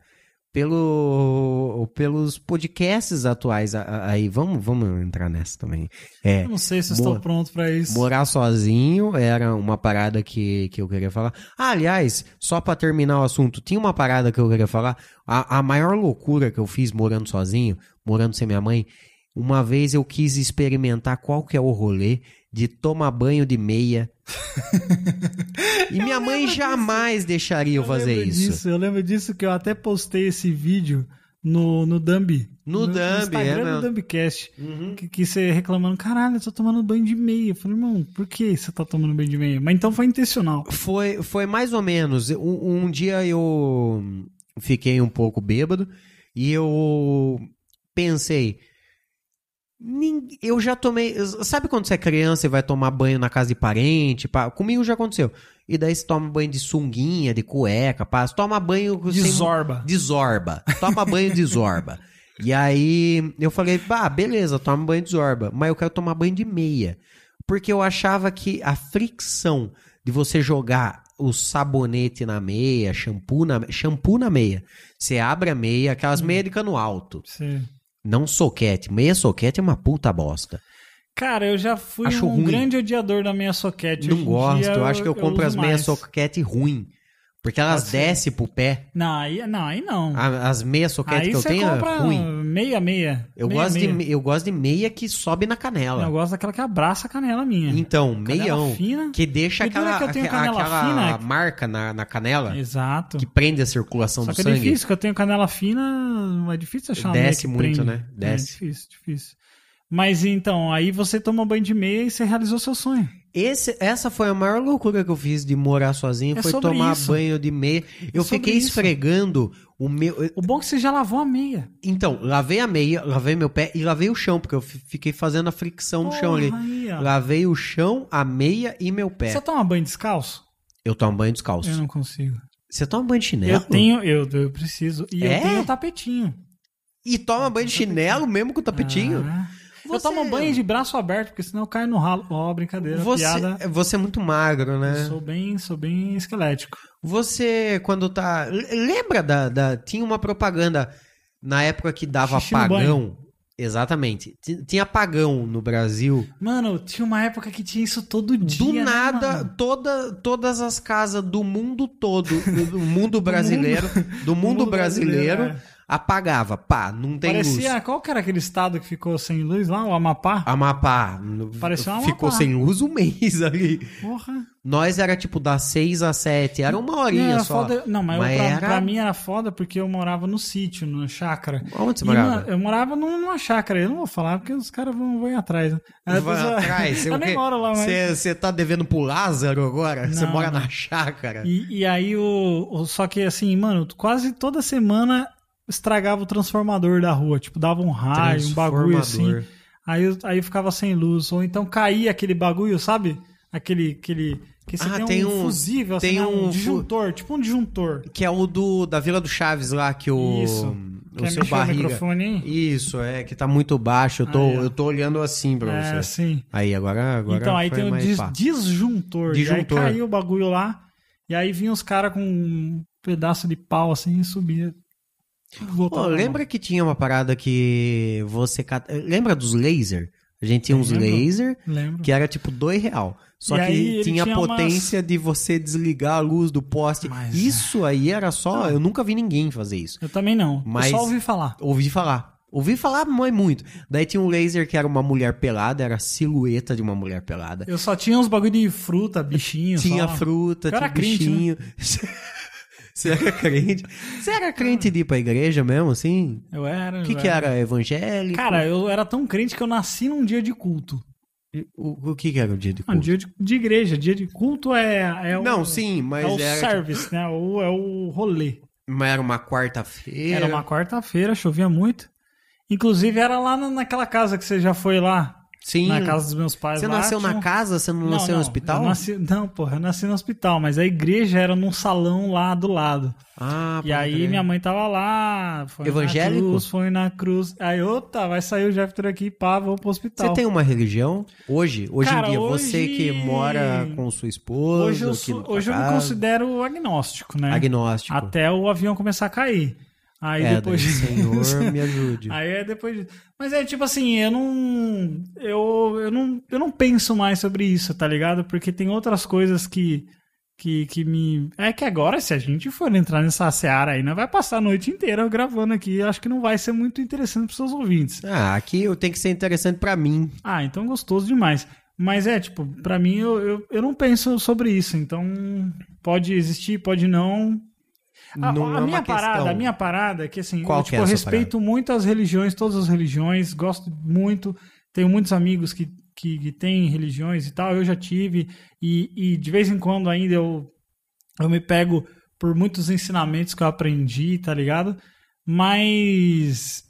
pelo, pelos podcasts atuais a- a- aí vamos vamos entrar nessa também é
Eu não sei se eu
Boa.
estou pronto pra isso.
Morar sozinho era uma parada que, que eu queria falar. Ah, aliás, só pra terminar o assunto, tinha uma parada que eu queria falar. A, a maior loucura que eu fiz morando sozinho, morando sem minha mãe, uma vez eu quis experimentar qual que é o rolê de tomar banho de meia. e minha mãe jamais deixaria eu, fazer
lembro
isso.
Disso, eu lembro disso que eu até postei esse vídeo no, no Dumbi.
No Dumb, é Uhum.
Instagram
mesmo.
do Dumbcast. Que, que você reclamando, caralho, eu tô tomando banho de meia. Eu falei, irmão, por que você tá tomando banho de meia? Mas então foi intencional.
Foi, foi mais ou menos. Um, um dia eu fiquei um pouco bêbado e eu pensei. "Nin- Eu já tomei. Sabe quando você é criança e vai tomar banho na casa de parente? pá? Comigo já aconteceu. E daí você toma banho de sunguinha, de cueca, pá. Você toma banho sem-
Desorba.
de zorba. Toma banho de zorba. E aí eu falei, ah, beleza, toma banho de zorba. Mas eu quero tomar banho de meia. Porque eu achava que a fricção de você jogar o sabonete na meia, shampoo na, shampoo na meia. Você abre a meia, aquelas meias de cano alto.
Você-
Não soquete. Meia soquete é uma puta bosta.
Cara, eu já fui
Acho
um
ruim.
grande odiador da meia soquete. Hoje
Não
em
gosto.
dia
Eu acho que eu compro
uso
as meias
mais.
soquete ruim. Porque elas
Assim.
descem pro pé.
Não, aí não. Aí, não.
A- As meias soquete
aí
que eu
você
tenho
compra
é ruim.
meia, meia.
Eu,
meia,
gosto
meia.
De, me- eu gosto de meia que sobe na
Não,
canela.
Eu gosto daquela que abraça a canela minha.
Então,
Canela
meião.
fina.
Que deixa
E dura
aquela,
que eu tenho
aque-
canela
aquela
fina, é que-
marca na, na canela
Exato.
que prende a circulação
Só
do
que é
sangue.
difícil, porque eu tenho canela fina, é difícil achar uma
Desce
meia que
muito,
prende.
né? Desce.
É difícil, difícil. Mas então, aí você toma banho de meia e você realizou seu sonho.
Esse- essa foi a maior loucura que eu fiz de morar sozinho,
É
foi
sobre
tomar
isso. É
banho de meia. Eu
sobre
fiquei
isso.
esfregando o meu.
O bom é que você já lavou a meia.
Então, lavei a meia, lavei meu pé e lavei o chão, porque eu fi- fiquei fazendo a fricção Tá no chão ali.
Porra, aí, ó.
Lavei o chão, a meia e meu pé.
Você toma banho descalço?
Eu tomo banho descalço.
Eu não consigo.
Você toma banho de chinelo?
Eu tenho, eu, eu preciso. E
Né? Ah. É?
eu tenho tapetinho.
E toma banho de chinelo mesmo com o tapetinho?
Ah. Eu
Você-
tomo banho de braço aberto, porque senão eu caio no ralo. Ó, brincadeira,
Você,
piada.
você é muito magro, né?
Eu Sou bem, sou bem esquelético.
Você, quando tá. L- Lembra da, da- Tinha uma propaganda na época que dava
Xixi no
apagão. Exatamente. Ti- Tinha apagão no Brasil.
Mano, tinha uma época que tinha isso todo dia.
Do
né,
nada,
mano?
toda, todas as casas do mundo todo, do,
<laughs>
do mundo brasileiro, do mundo,
mundo
brasileiro,
brasileiro, é.
apagava. Pá, não tem
Parecia.
luz. Ah,
Qual que era aquele estado que ficou sem luz lá? O Amapá?
Amapá.
Parecia um
ficou
Amapá.
sem luz um <laughs> mês ali.
Porra.
Nós era tipo das seis às sete era uma horinha
É, era
só.
foda- Não, mas, eu-
Mas
pra,
era-
pra mim era foda porque eu morava no sítio, na chácara.
Onde você
E,
morava?
mano, eu morava num- numa chácara. Eu não vou falar porque os caras vão, vão ir atrás. né? Aí a
Vai
pessoa- <laughs>
atrás, sei
eu
o
nem
quê.
moro lá, mas.
Você você tá devendo pro Lázaro agora? Você
Não,
mora
não.
na chácara?
É. E, e aí o, o- Só que assim, mano, quase toda semana estragava o transformador da rua. Tipo, dava um raio, um bagulho assim.
Transformador.
Aí eu, aí eu ficava sem luz. Ou então caía aquele bagulho, sabe? Aquele. aquele que você
Ah,
tem,
tem
um,
um-
fusível,
tem
assim, né? um
um fu-
disjuntor, tipo um disjuntor.
Que é o do da Vila do Chaves lá, que o,
Isso.
o
Quer
seu
mexer o
barriga.
microfone aí?
Isso, é, que tá muito baixo. Eu tô,
Aí, ó.
eu tô olhando assim pra
É,
você.
sim.
Aí, agora. agora
então, aí
foi
tem o
mais
dis-
pá.
disjuntor.
Disjuntor.
E aí caiu o bagulho lá. E aí vinha os caras com um pedaço de pau assim e subia.
Pô,
Voltava lá.
lembra que tinha uma parada que você. cat- Lembra dos laser? A gente tinha uns
Lembro.
laser
Lembro.
que era tipo dois real. Só
E
que
aí ele
tinha a
tinha
potência de você desligar a luz do poste.
Mas, é.
isso aí era só. Eu nunca vi ninguém fazer isso.
Eu também não.
Mas-
Eu só ouvi falar.
Ouvi falar. Ouvi falar, mas muito. Daí tinha um laser que era uma mulher pelada, era a silhueta de uma mulher pelada.
Eu só tinha uns bagulho de fruta, bichinho.
Tinha
só.
fruta,
Eu
tinha
era crente, né?
bichinho. <laughs> Você era crente? Você era crente de ir pra igreja mesmo, assim?
Eu era.
O que,
eu
que era? Evangélico?
é. Cara, eu era tão crente que eu nasci num dia de culto.
O, o que, que era o dia de
Ah,
culto?
dia de, de igreja. Dia de culto é. é o-
Não, sim, mas
É o
era, tipo,
service, né? Ou é o rolê.
mas era uma quarta-feira.
Era uma quarta-feira, chovia muito. Inclusive, era lá na- naquela casa que você já foi lá.
Sim.
Na casa dos meus pais.
Você
lá,
nasceu
tinha
na
um-
casa? Você não,
Não,
nasceu
não,
no hospital?
eu nasci- Não, porra, eu nasci no hospital, mas a igreja era num salão lá do lado.
Ah,
e aí minha mãe tava lá, foi
Evangélico?
na cruz, foi na cruz. Aí, opa, vai sair o Jeffter aqui, pá, vou pro hospital.
Você é tem uma religião? Hoje? Hoje
Cara,
em dia, você
hoje-
que mora com sua esposa.
Hoje eu,
que
sou-
não
hoje eu me
casa,
considero agnóstico, né?
agnóstico.
Até o avião começar a cair. Aí
é,
depois.
daí,
<laughs>
Senhor, me ajude.
Aí é depois disso. Mas é tipo assim, eu não, eu, eu não. Eu não penso mais sobre isso, tá ligado? Porque tem outras coisas que. Que, que me. É que agora, se a gente for entrar nessa seara aí, nós vai passar a noite inteira gravando aqui. Acho que não vai ser muito interessante pros seus ouvintes.
Ah, aqui eu tenho que ser interessante pra mim.
Ah, então gostoso demais. Mas é, tipo, pra mim eu, eu, eu não penso sobre isso. Então pode existir, pode não. A,
não
a
é uma
minha parada,
questão.
a minha parada é que assim,
Qual
eu,
que
tipo,
é
eu
essa
respeito muito as religiões, todas as religiões, gosto muito, tenho muitos amigos que, que, que têm religiões e tal, eu já tive, e, e de vez em quando ainda eu, eu me pego por muitos ensinamentos que eu aprendi, tá ligado? Mas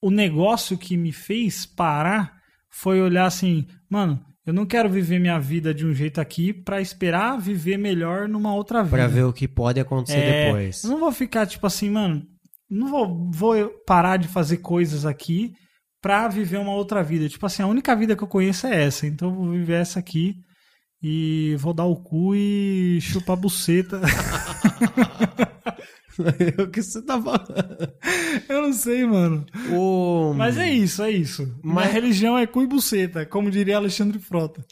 o negócio que me fez parar foi olhar assim, mano, eu não quero viver minha vida de um jeito aqui pra esperar viver melhor numa outra vida.
Pra ver o que pode acontecer
É,
depois. <laughs>
Eu não vou ficar tipo assim, mano, não vou, vou eu parar de fazer coisas aqui pra viver uma outra vida. Tipo assim, a única vida que eu conheço é essa, então eu vou viver essa aqui e vou dar o cu e chupar a buceta. <laughs>
o que você tá falando?
eu não sei, mano.
O...
Mas é isso, é isso. Minha
Mas-
religião é cu e buceta, como diria Alexandre Frota.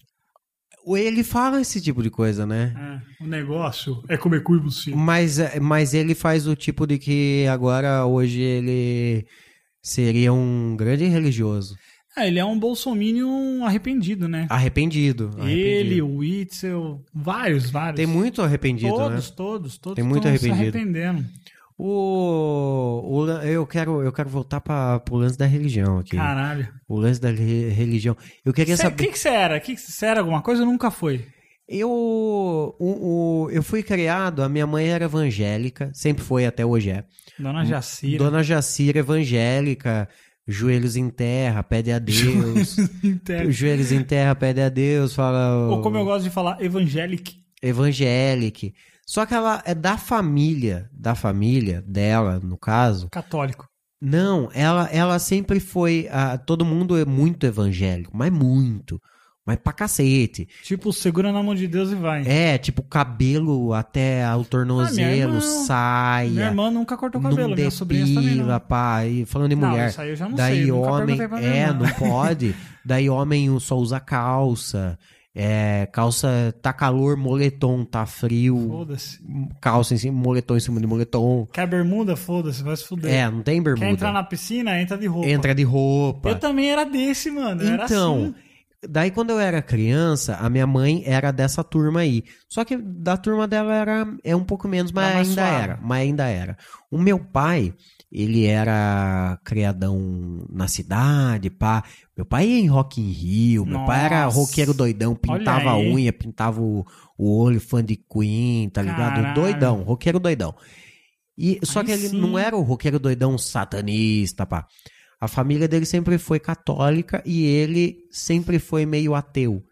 o- Ele fala esse tipo de coisa, né?
É, o negócio é comer cu e buceta.
Mas, mas ele faz o tipo de que agora, hoje, ele seria um grande religioso.
Ah, ele é um bolsominion arrependido, né?
Arrependido.
Ele,
arrependido.
o Witzel, vários, vários.
Tem muito arrependido,
todos,
né?
todos, todos
Tem muito
tão se
arrependido.
arrependendo.
O, o lan- eu, quero, eu quero voltar para o lance da religião aqui.
Caralho.
O lance da re- religião. Eu queria
O
saber.
que que você era? Que que você era alguma coisa? Nunca foi.
Eu, o- o- eu fui criado, a minha mãe era evangélica, sempre foi, até hoje é.
Dona Jacira.
Dona Jacira evangélica, joelhos em terra, pede a
<laughs>
Deus.
Inter-
joelhos em terra, pede a Deus, fala.
Ou como eu gosto de falar, evangélica.
Evangélica. Só que ela é da família, da família dela, no caso.
Católico.
Não, ela, ela sempre foi. ah, todo mundo é muito evangélico, mas muito. Mas pra cacete.
Tipo, segura na mão de Deus e vai.
É, tipo, cabelo até o tornozelo,
Ah, irmã- Minha
saia.
irmã nunca cortou
Não
cabelo, minha sobrinha também não.
depila, pá. E falando em
Não,
mulher.
isso aí eu já não
Daí
sei. nunca
homem.
perguntei pra minha
É,
irmã.
não
<laughs>
pode. Daí homem só usa calça. É, calça tá calor, moletom, tá frio.
Foda-se.
Calça em cima, moletom em cima de moletom.
Quer bermuda? Foda-se, vai se fuder.
É, não tem bermuda.
Quer entrar na piscina? Entra de roupa.
Entra de roupa.
Eu também era desse, mano. eu era
Então,
assim.
daí quando eu era criança, a minha mãe era dessa turma aí. Só que da turma dela era é um pouco menos, mas
Era mais
ainda
suave.
era, mas ainda era. O meu pai, ele era criadão na cidade, pá. Meu pai ia em Rock in Rio, meu pai era
Nossa.
roqueiro doidão, pintava a
aí.
unha, pintava o, o olho, fã de Queen, tá ligado?
Caralho.
Doidão, roqueiro doidão. E, só
Aí
que ele
sim.
não era o roqueiro doidão satanista, pá. A família dele sempre foi católica e ele sempre foi meio ateu.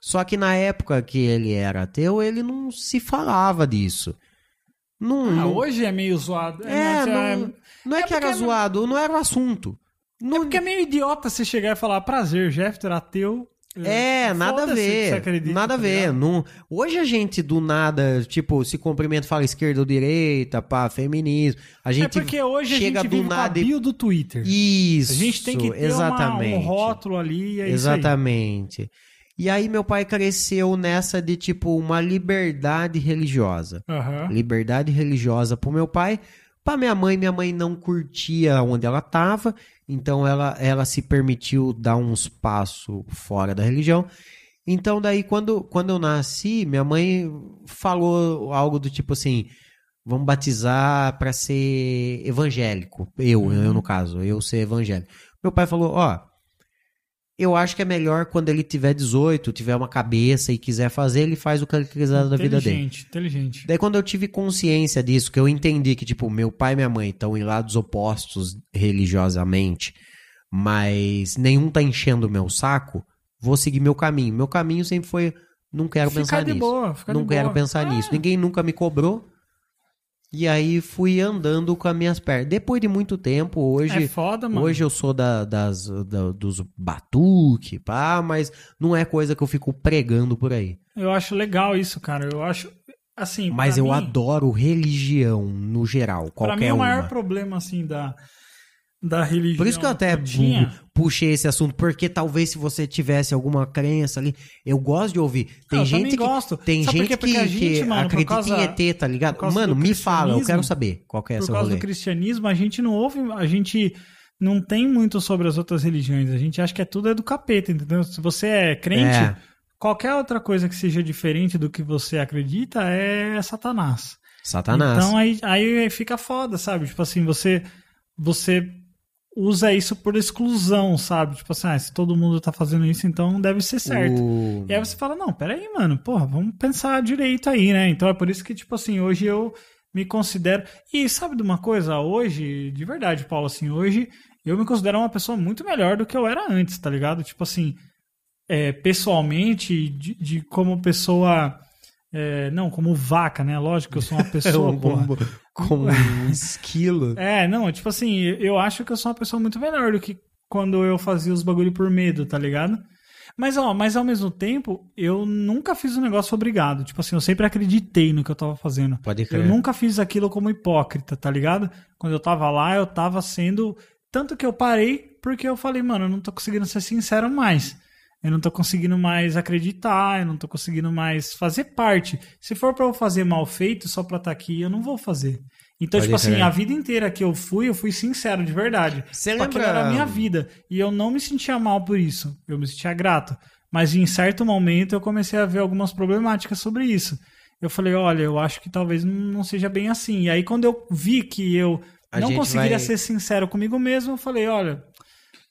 Só que na época que ele era ateu, ele não se falava disso. Não,
Ah,
não-
hoje é meio zoado.
É,
não, é-
não, não é,
é
que era
porque-
zoado, não era o assunto.
É
Não,
porque é meio idiota você chegar e falar, prazer, Jeffter, ateu.
É, nada a
Foda-se que
ver.
você acredita,
nada a
tá
ver.
ligado?
Não, hoje a gente do nada, tipo, se cumprimenta, fala esquerda ou direita, pá, feminismo. A gente
é porque hoje
chega
a gente
do
vive
nada
com a
e-
bio do Twitter.
Isso.
a gente tem que ter uma-
exatamente.
um rótulo ali. É
exatamente. E aí meu pai cresceu nessa de tipo uma liberdade religiosa
Isso aí. Aham.
liberdade religiosa pro meu pai. Pra minha mãe, minha mãe não curtia onde ela tava, então ela, ela se permitiu dar uns passos fora da religião. Então daí quando, quando eu nasci, minha mãe falou algo do tipo assim, vamos batizar pra ser evangélico. Eu, eu no caso, eu ser evangélico. Meu pai falou, ó, eu acho que é melhor quando ele tiver 18, tiver uma cabeça e quiser fazer, ele faz o que ele quiser da vida dele.
Inteligente, inteligente.
Daí quando eu tive consciência disso, que eu entendi que, tipo, meu pai e minha mãe estão em lados opostos religiosamente, mas nenhum tá enchendo o meu saco, vou seguir meu caminho. Meu caminho sempre foi, não quero
Ficar
pensar
de
nisso.
boa, ficar
não
de
quero
boa. Ah, É.
pensar nisso. Ninguém nunca me cobrou. E aí fui andando com as minhas pernas. Depois de muito tempo, hoje...
é foda, mano.
Hoje eu sou da- das, da- dos batuque, pá, mas não é coisa que eu fico pregando por aí.
Eu acho legal isso, cara. Eu acho, assim...
Mas
pra
eu
mim-
adoro religião no geral,
Pra
qualquer
mim, é o
uma.
maior problema, assim, da, da religião...
Por isso que eu até
tinha...
pu- puxei esse assunto, porque talvez se você tivesse alguma crença ali, eu gosto de ouvir. Tem
eu também
gente que
gosto.
tem
Sabe por
gente
quê? Porque
que,
a gente,
que
mano, por
acredita
causa-
em ET, tá ligado?
por causa
Mano,
do
me fala, eu quero
cristianismo,
saber qual que é
por
essa
causa
rolê.
do cristianismo, a gente não ouve, a gente não tem muito sobre as outras religiões. A gente acha que é tudo é do capeta, entendeu? Se você é crente,
É.
qualquer outra coisa que seja diferente do que você acredita é Satanás.
Satanás.
Então aí, aí fica foda, sabe? Tipo assim, você você usa isso por exclusão, sabe? Tipo assim, ah, se todo mundo tá fazendo isso, então deve ser certo. É
O-
E aí você fala, não, peraí, mano, porra, vamos pensar direito aí, né? Então é por isso que, tipo assim, hoje eu me considero. E sabe de uma coisa? Hoje, de verdade, Paulo, assim, hoje eu me considero uma pessoa muito melhor do que eu era antes, tá ligado? Tipo assim, é, pessoalmente, de, de como pessoa. é, não, como vaca, né? Lógico que eu sou
<laughs>
uma pessoa,
um-
porra. <laughs>
como um esquilo.
É, não, tipo assim, eu- eu acho que eu sou uma pessoa muito melhor do que quando eu fazia os bagulho por medo, tá ligado? Mas, ó, mas ao mesmo tempo, eu nunca fiz um negócio obrigado. Tipo assim, eu sempre acreditei no que eu tava fazendo.
Pode
Eu
crer.
nunca fiz aquilo como hipócrita, tá ligado? Quando eu tava lá, eu tava sendo. Tanto que eu parei porque eu falei, mano, eu não tô conseguindo ser sincero mais. Eu não tô conseguindo mais acreditar, eu não tô conseguindo mais fazer parte. Se for pra eu fazer mal feito só pra estar aqui, eu não vou fazer. Então,
Pode
tipo assim,
crer.
a vida inteira que eu fui, eu fui sincero de verdade.
Você
Tipo, aquilo
lembra-
era a minha vida. E eu não me sentia mal por isso. Eu me sentia grato. Mas em certo momento eu comecei a ver algumas problemáticas sobre isso. Eu falei, olha, eu acho que talvez não não seja bem assim. E aí quando eu vi que eu
A
não
gente
conseguiria
vai-
ser sincero comigo mesmo, eu falei, olha,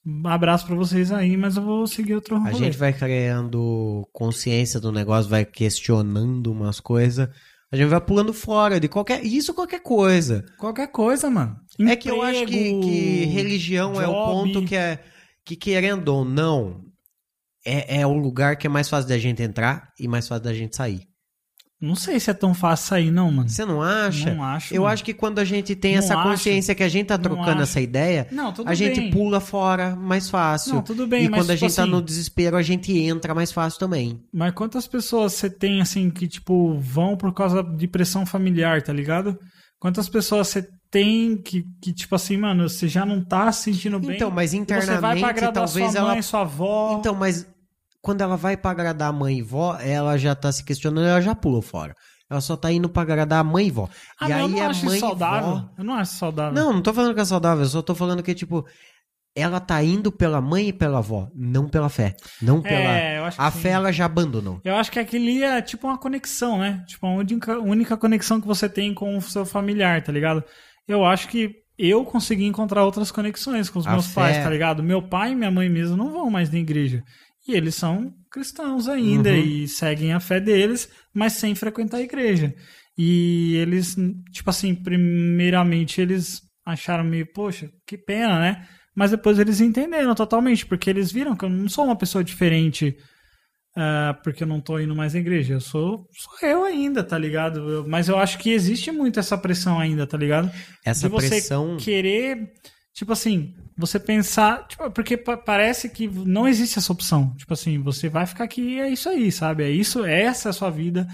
um abraço pra vocês aí, mas eu vou seguir outro
A
Um rolê.
gente vai criando consciência do negócio, vai questionando umas coisas. A gente vai pulando fora de qualquer. Isso qualquer coisa.
Qualquer coisa, mano.
É que eu acho que,
Emprego,
que religião é o
job.
ponto que é. Que querendo ou não, é, é o lugar que é mais fácil da gente entrar e mais fácil da gente sair.
Hum. Não sei se é tão fácil sair, não, mano.
Você não acha?
Não acho.
Eu
mano.
acho que quando a gente tem
Não
essa
acho.
consciência que a gente tá
Não
trocando
acho.
essa ideia,
Não, tudo
a gente
bem.
pula fora mais fácil.
Não, tudo bem,
e
mas
quando a
tipo
gente tá
assim,
no desespero, a gente entra mais fácil também.
Mas quantas pessoas você tem, assim, que, tipo, vão por causa de pressão familiar, tá ligado? Quantas pessoas você tem que, que, tipo assim, mano, você já não tá se sentindo bem?
Então, mas
e você vai pra
internamente,
agradar
talvez
sua
ela
mãe, sua avó.
Então, mas quando ela vai pra agradar a mãe e vó, ela já tá se questionando, ela já pulou fora. Ela só tá indo pra agradar a mãe e vó.
ah,
e
não, eu
aí
não
a
acho
mãe
isso
e
saudável.
vó-
Eu não acho isso saudável.
Não, não tô falando que é saudável, eu só tô falando que, tipo, ela tá indo pela mãe e pela avó, não pela fé. Não pela.
é, eu acho que
a
sim.
fé ela já abandonou.
Eu acho que aquele é tipo uma conexão, né? Tipo, a única, única conexão que você tem com o seu familiar, tá ligado? Eu acho que eu consegui encontrar outras conexões com os
A
meus
fé.
pais, tá ligado? Meu pai e minha mãe mesmo não vão mais na igreja. E eles são cristãos ainda
Uhum.
e seguem a fé deles, mas sem frequentar a igreja. E eles, tipo assim, primeiramente eles acharam meio, poxa, que pena, né? Mas depois eles entenderam totalmente, porque eles viram que eu não sou uma pessoa diferente ah, porque eu não tô indo mais à igreja. Eu sou, sou eu ainda, tá ligado? Eu- mas eu acho que existe muito essa pressão ainda, tá ligado?
Essa
de você
pressão.
Hum. querer, tipo assim, você pensar, tipo, porque pa- parece que não existe essa opção. Tipo assim, você vai ficar aqui, é isso aí, sabe? É isso, essa é a sua vida,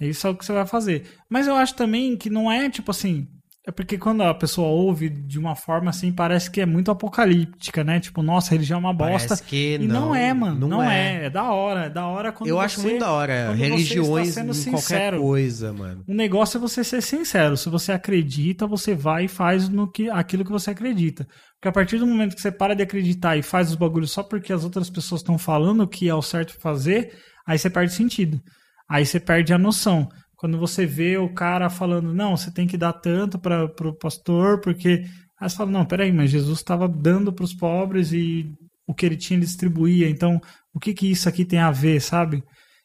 é isso é o que você vai fazer. Mas eu acho também que não é tipo assim, é porque quando a pessoa ouve de uma forma assim, parece que é muito apocalíptica, né? Tipo, nossa, religião é uma bosta.
parece que
E não, é, mano. Não,
é.
é. é. da hora. É da hora quando
Eu
você...
acho muito da hora.
quando você
Religiões
está
em
sendo
qualquer
sincero.
coisa, mano.
O negócio é você ser sincero. Se você acredita, você vai e faz no que, aquilo que você acredita. Porque a partir do momento que você para de acreditar e faz os bagulhos só porque as outras pessoas estão falando que é o certo fazer, aí você perde sentido. Aí você perde a noção. Quando você vê o cara falando, não, você tem que dar tanto para o pastor, porque. Aí você fala, não, peraí, mas Jesus estava dando para os pobres e o que ele tinha ele distribuía. Então, o que, que isso aqui tem a ver, sabe?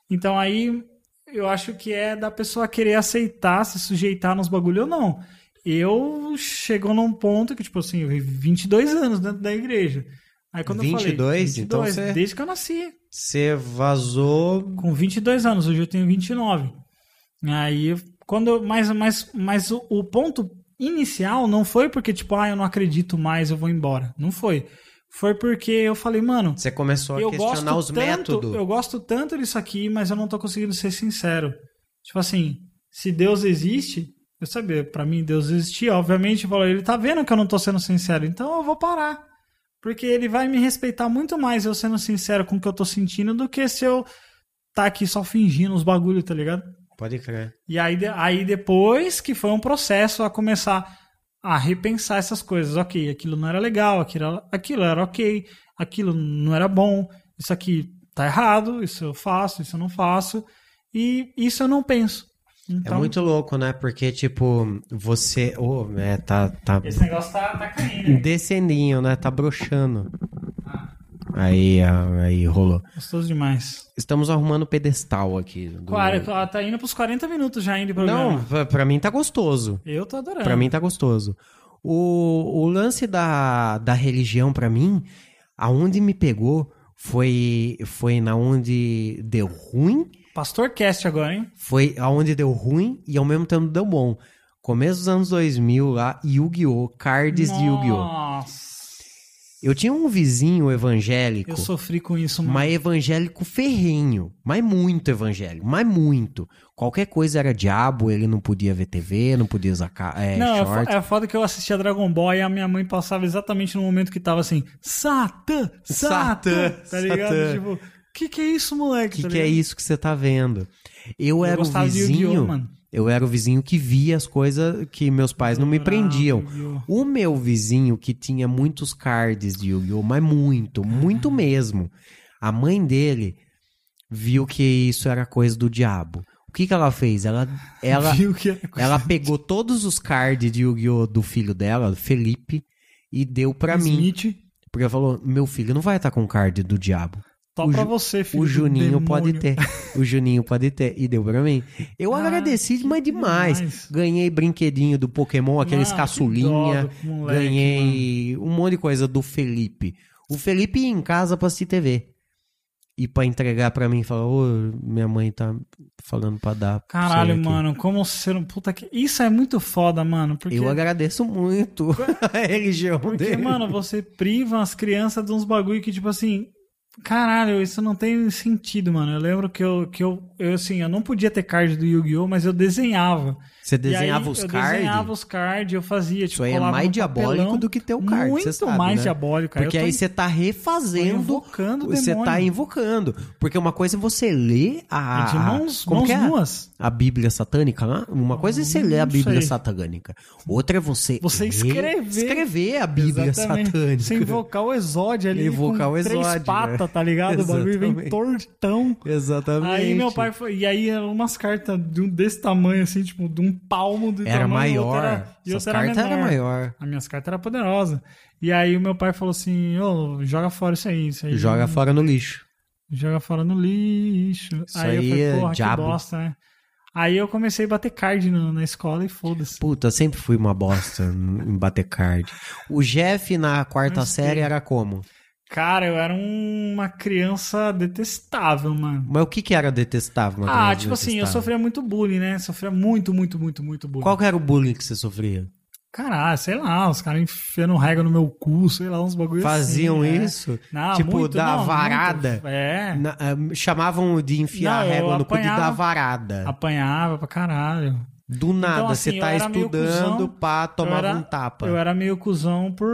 Então aí eu acho que é da pessoa querer aceitar, se sujeitar nos bagulho ou não. Eu chegou num ponto que, tipo assim, eu vivi 22 anos dentro da igreja. Aí quando eu falei,
22? Então você-
desde que eu nasci.
Você vazou.
Com 22 anos, hoje eu tenho 29. Aí, quando eu, mas, mas, mas o, o ponto inicial não foi porque, tipo, ah, eu não acredito mais, eu vou embora. Não foi. Foi porque eu falei, mano,
Você começou a questionar os
tanto,
métodos.
Eu gosto tanto disso aqui, mas eu não tô conseguindo ser sincero. Tipo assim, se Deus existe, eu sabia, pra mim Deus existia, obviamente, eu falo, ele tá vendo que eu não tô sendo sincero, então eu vou parar. Porque ele vai me respeitar muito mais eu sendo sincero com o que eu tô sentindo do que se eu tá aqui só fingindo os bagulho, tá ligado?
Pode crer. É
E aí, de- aí depois que foi um processo a começar a repensar essas coisas. Ok, aquilo não era legal, aquilo, era- aquilo era ok, aquilo não era bom, isso aqui tá errado, isso eu faço, isso eu não faço, e isso eu não penso. Então,
É muito louco, né? Porque, tipo, você. Ô, é, tá, tá
Esse negócio tá, tá caindo. né?
descendinho, né? Tá broxando. Aí, ah, aí rolou.
Gostoso demais.
Estamos arrumando o pedestal aqui. do-
Claro, é tá- tá indo pros 40 minutos já indo pro programa.
Não, pra, pra mim tá gostoso.
Eu tô adorando.
Pra mim tá gostoso. O, o lance da, da religião, pra mim, aonde me pegou foi, foi na onde deu ruim,
Pastor Cast agora, hein?
foi aonde deu ruim e ao mesmo tempo deu bom. Começo dos anos 2000 lá, Yu-Gi-Oh! Cards de Yu-Gi-Oh!
Nossa.
Eu tinha um vizinho evangélico.
Eu sofri com isso, mano.
Mas evangélico ferrenho. Mas muito evangélico. Mas muito. Qualquer coisa era diabo, ele não podia ver TV, não podia usar ca- é,
não, é,
short.
fo- é foda que eu assistia Dragon Ball e a minha mãe passava exatamente no momento que tava assim, Satã, Satã,
Satã,
tá ligado?
Satã.
Tipo, que que é isso, moleque?
que,
tá
que é
ligado?
isso que você tá vendo? Eu,
Eu
era o
gostava de Yu-Gi-Oh,
vizinho.
mano.
eu era o vizinho que via as coisas que meus pais não me
Adorava
prendiam.
Yu-Gi-Oh.
O meu vizinho que tinha muitos cards de Yu-Gi-Oh, mas muito, muito
Ah.
mesmo. A mãe dele viu que isso era coisa do diabo. O que que ela fez? Ela
<laughs>
ela
Viu que é-
ela pegou todos os cards de Yu-Gi-Oh do filho dela, Felipe, e deu pra mim,
Smith,
porque ela falou: "Meu filho não vai estar com card do diabo".
Tó
O
pra
Ju-
você, filho
O
do
Juninho
demônio.
pode ter. O Juninho pode ter. E deu pra mim. Eu
Ah,
agradeci demais,
que
demais.
demais.
Ganhei brinquedinho do Pokémon, aqueles
Mano, que
caçulinha.
dó do moleque,
Ganhei um monte de coisa do Felipe. O Felipe ia em casa pra assistir TV. E pra entregar pra mim, falar, ô, minha mãe tá falando pra dar. pra você
Caralho,
aqui."
mano, como ser um puta que... Isso é muito foda, mano, porque...
Eu agradeço muito <laughs> a religião
Porque,
dele.
mano, você priva as crianças de uns bagulho que, tipo assim. Caralho, isso não tem sentido, mano. Eu lembro que eu, que eu, eu assim, eu não podia ter card do Yu-Gi-Oh!, mas eu desenhava.
Você
E aí,
desenhava os
eu
cards.
desenhava os cards, eu fazia, tipo,
Isso aí é
colava
mais
no
diabólico
papelão.
do que ter o card,
Muito
você sabe,
mais
né?
diabólico.
Porque
eu tô
aí você tá refazendo
invocando o
Você
demônio.
tá invocando. Porque uma coisa é você ler a.
É de mãos,
como
mãos
que é?
nuas.
A Bíblia satânica lá. Uma coisa é você ler a
Hum, Não
Bíblia
sei.
satânica. Outra é você.
Você
ler-
escrever.
Escrever a Bíblia
Exatamente.
satânica.
Você invocar o exódio ali
Invocar
com
o exódio,
três patas, tá ligado? O bagulho vem
Exatamente.
tortão.
Exatamente.
Aí meu pai foi. E aí eram umas cartas de um- desse tamanho, assim, tipo, de um palmo do
Era
tamanho, e
maior.
outra era- E
Essas
outra era
cartas
menor.
eram maior.
As minhas cartas eram poderosas. E aí o meu pai falou assim: Ô, joga fora isso aí, isso aí.
Joga fora no lixo.
Joga fora no lixo.
Isso
aí,
aí
eu
é
falei, porra,
diabo.
que bosta, né? Aí eu comecei a bater card na, na escola e foda-se.
Puta, eu sempre fui uma bosta em bater card. O Jeff na quarta
Mas que-
série era como?
Cara, eu era um- uma criança detestável, mano.
Mas o que que era detestável? uma
Ah,
criança
tipo assim, eu
detestável?
sofria muito bullying, né? Sofria muito, muito, muito, muito bullying.
Qual que era o bullying que você sofria?
Caralho, ah, sei lá, os caras enfiando rega no meu cu, sei lá, uns bagulho
Faziam
assim, né?
isso?
Não,
tipo,
muito,
dar
não,
varada?
muito. É,
Na- ah, chamavam de enfiar
Não, eu
a régua no cu de dar
apanhava-
varada.
apanhava pra caralho.
Do nada,
assim,
você
eu
tá
era meio
estudando,
cuzão,
pá, tomava
era-
um tapa.
Eu era meio cuzão por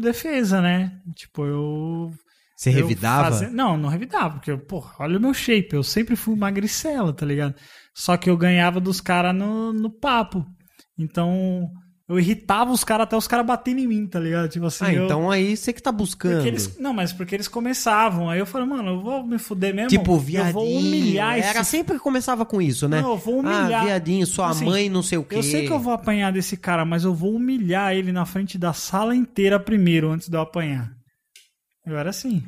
defesa, né? Tipo, eu...
Você
eu
revidava?
fazia- Não, não revidava, porque, porra, olha o meu shape, eu sempre fui magricela, tá ligado? Só que eu ganhava dos caras no, no papo. Então, eu irritava os caras até os caras baterem em mim, tá ligado? Tipo assim,
ah,
eu...
então aí você que tá buscando.
Porque eles, não, mas porque eles começavam. Aí eu falei, mano, eu vou me fuder mesmo.
Tipo,
Eu
viadinho.
vou humilhar esse
Era sempre que começava com isso, né?
Não, eu
Ah,
vou humilhar.
viadinho, sua
Assim,
mãe, não sei o quê.
Eu sei que eu vou apanhar desse cara, mas eu vou humilhar ele na frente da sala inteira primeiro, antes de eu apanhar. Eu era assim.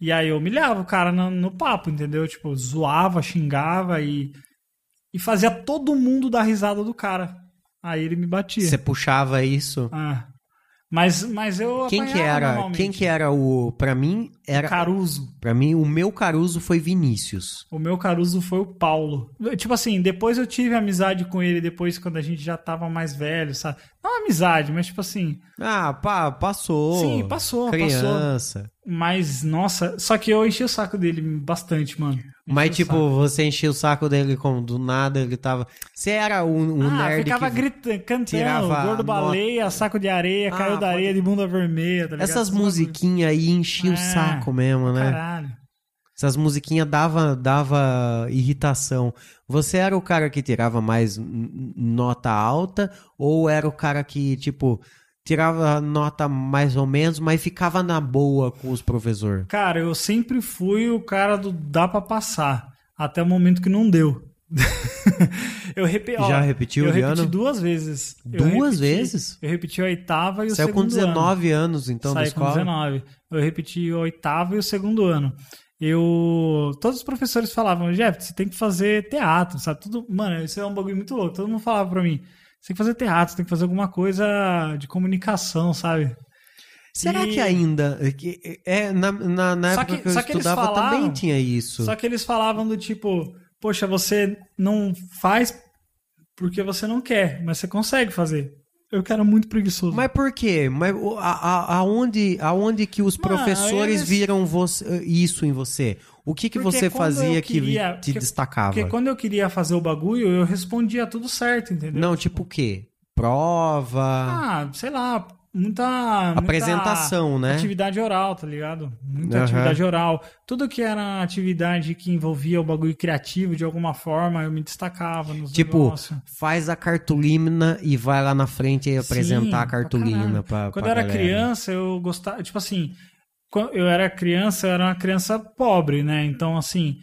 E aí eu humilhava o cara no, no papo, entendeu? Tipo, zoava, xingava e. E fazia todo mundo dar risada do cara. Aí ele me batia.
Você puxava isso.
Ah. Mas, mas eu
Quem que
apanhava
era?
normalmente.
Quem que era o. Pra mim, era.
Caruso.
Pra mim, o meu Caruso foi Vinícius.
O meu Caruso foi o Paulo. Eu, Tipo assim, depois eu tive amizade com ele, depois quando a gente já tava mais velho, sabe? Não amizade, mas tipo assim.
Ah, pá, passou.
Sim, passou, passou.
Criança.
Mas, nossa, só que eu enchi o saco dele bastante, mano. Enchi
Mas,
o
tipo,
saco.
você enchia o saco dele como do nada, ele tava. Você era um, um
ah,
nerd.
ficava
que...
gritando, cantando,
tirava
gordo
nota.
baleia, saco de areia,
Ah,
caiu da
pode-
areia de bunda vermelha, tá ligado?
Essas
Essas
musiquinhas aí enchiam o
É,
saco mesmo, né?
coisas. Caralho.
Essas musiquinhas dava, dava irritação. Você era o cara que tirava mais n- nota alta ou era o cara que, tipo, tirava nota mais ou menos, mas ficava na boa com os professores?
Cara, eu sempre fui o cara do dá pra passar, até o momento que não deu. <laughs> eu repi... ó,
Já repetiu
Eu
de
repeti
ano?
duas vezes. Eu
Duas
repeti-
vezes?
Eu repeti a oitava e o
Saiu
segundo
com
ano.
19 anos, então, da
Saí com
escola?
19. Eu repeti a oitava e o segundo ano. Eu. Todos os professores falavam, Jeff, você tem que fazer teatro, sabe? Tudo... Mano, isso é um bagulho muito louco. Todo mundo falava pra mim. Você tem que fazer teatro, você tem que fazer alguma coisa de comunicação, sabe?
Será
E-
que ainda. que- É, na, na, na
Só
época
que-
que, eu
só que eles
estudava
falaram-
também tinha isso.
Só que eles falavam do tipo, poxa, você não faz porque você não quer, mas você consegue fazer. Eu que era muito preguiçoso.
Mas por quê? Mas o- a- a- aonde, aonde que os
Mano,
professores
eles-
viram você- isso em você? O que, que
Porque
você
quando eu
fazia que
queria-
te
porque-
destacava?
Porque quando eu queria fazer o bagulho, eu respondia tudo certo, entendeu?
Não, tipo o quê? Prova,
Ah, tá. sei lá, muita.
apresentação,
muita
né?
Atividade oral, tá ligado? Muita
Aham.
atividade oral. Tudo que era atividade que envolvia o bagulho criativo de alguma forma, eu me destacava nos
Tipo,
negócios.
Faz a cartolina e vai lá na frente e
Sim,
apresentar a
pra
cartolina
caralho.
pra,
Quando
pra
eu era
galera.
criança, eu gostava. Tipo assim, quando eu era criança, eu era uma criança pobre, né? Então, assim,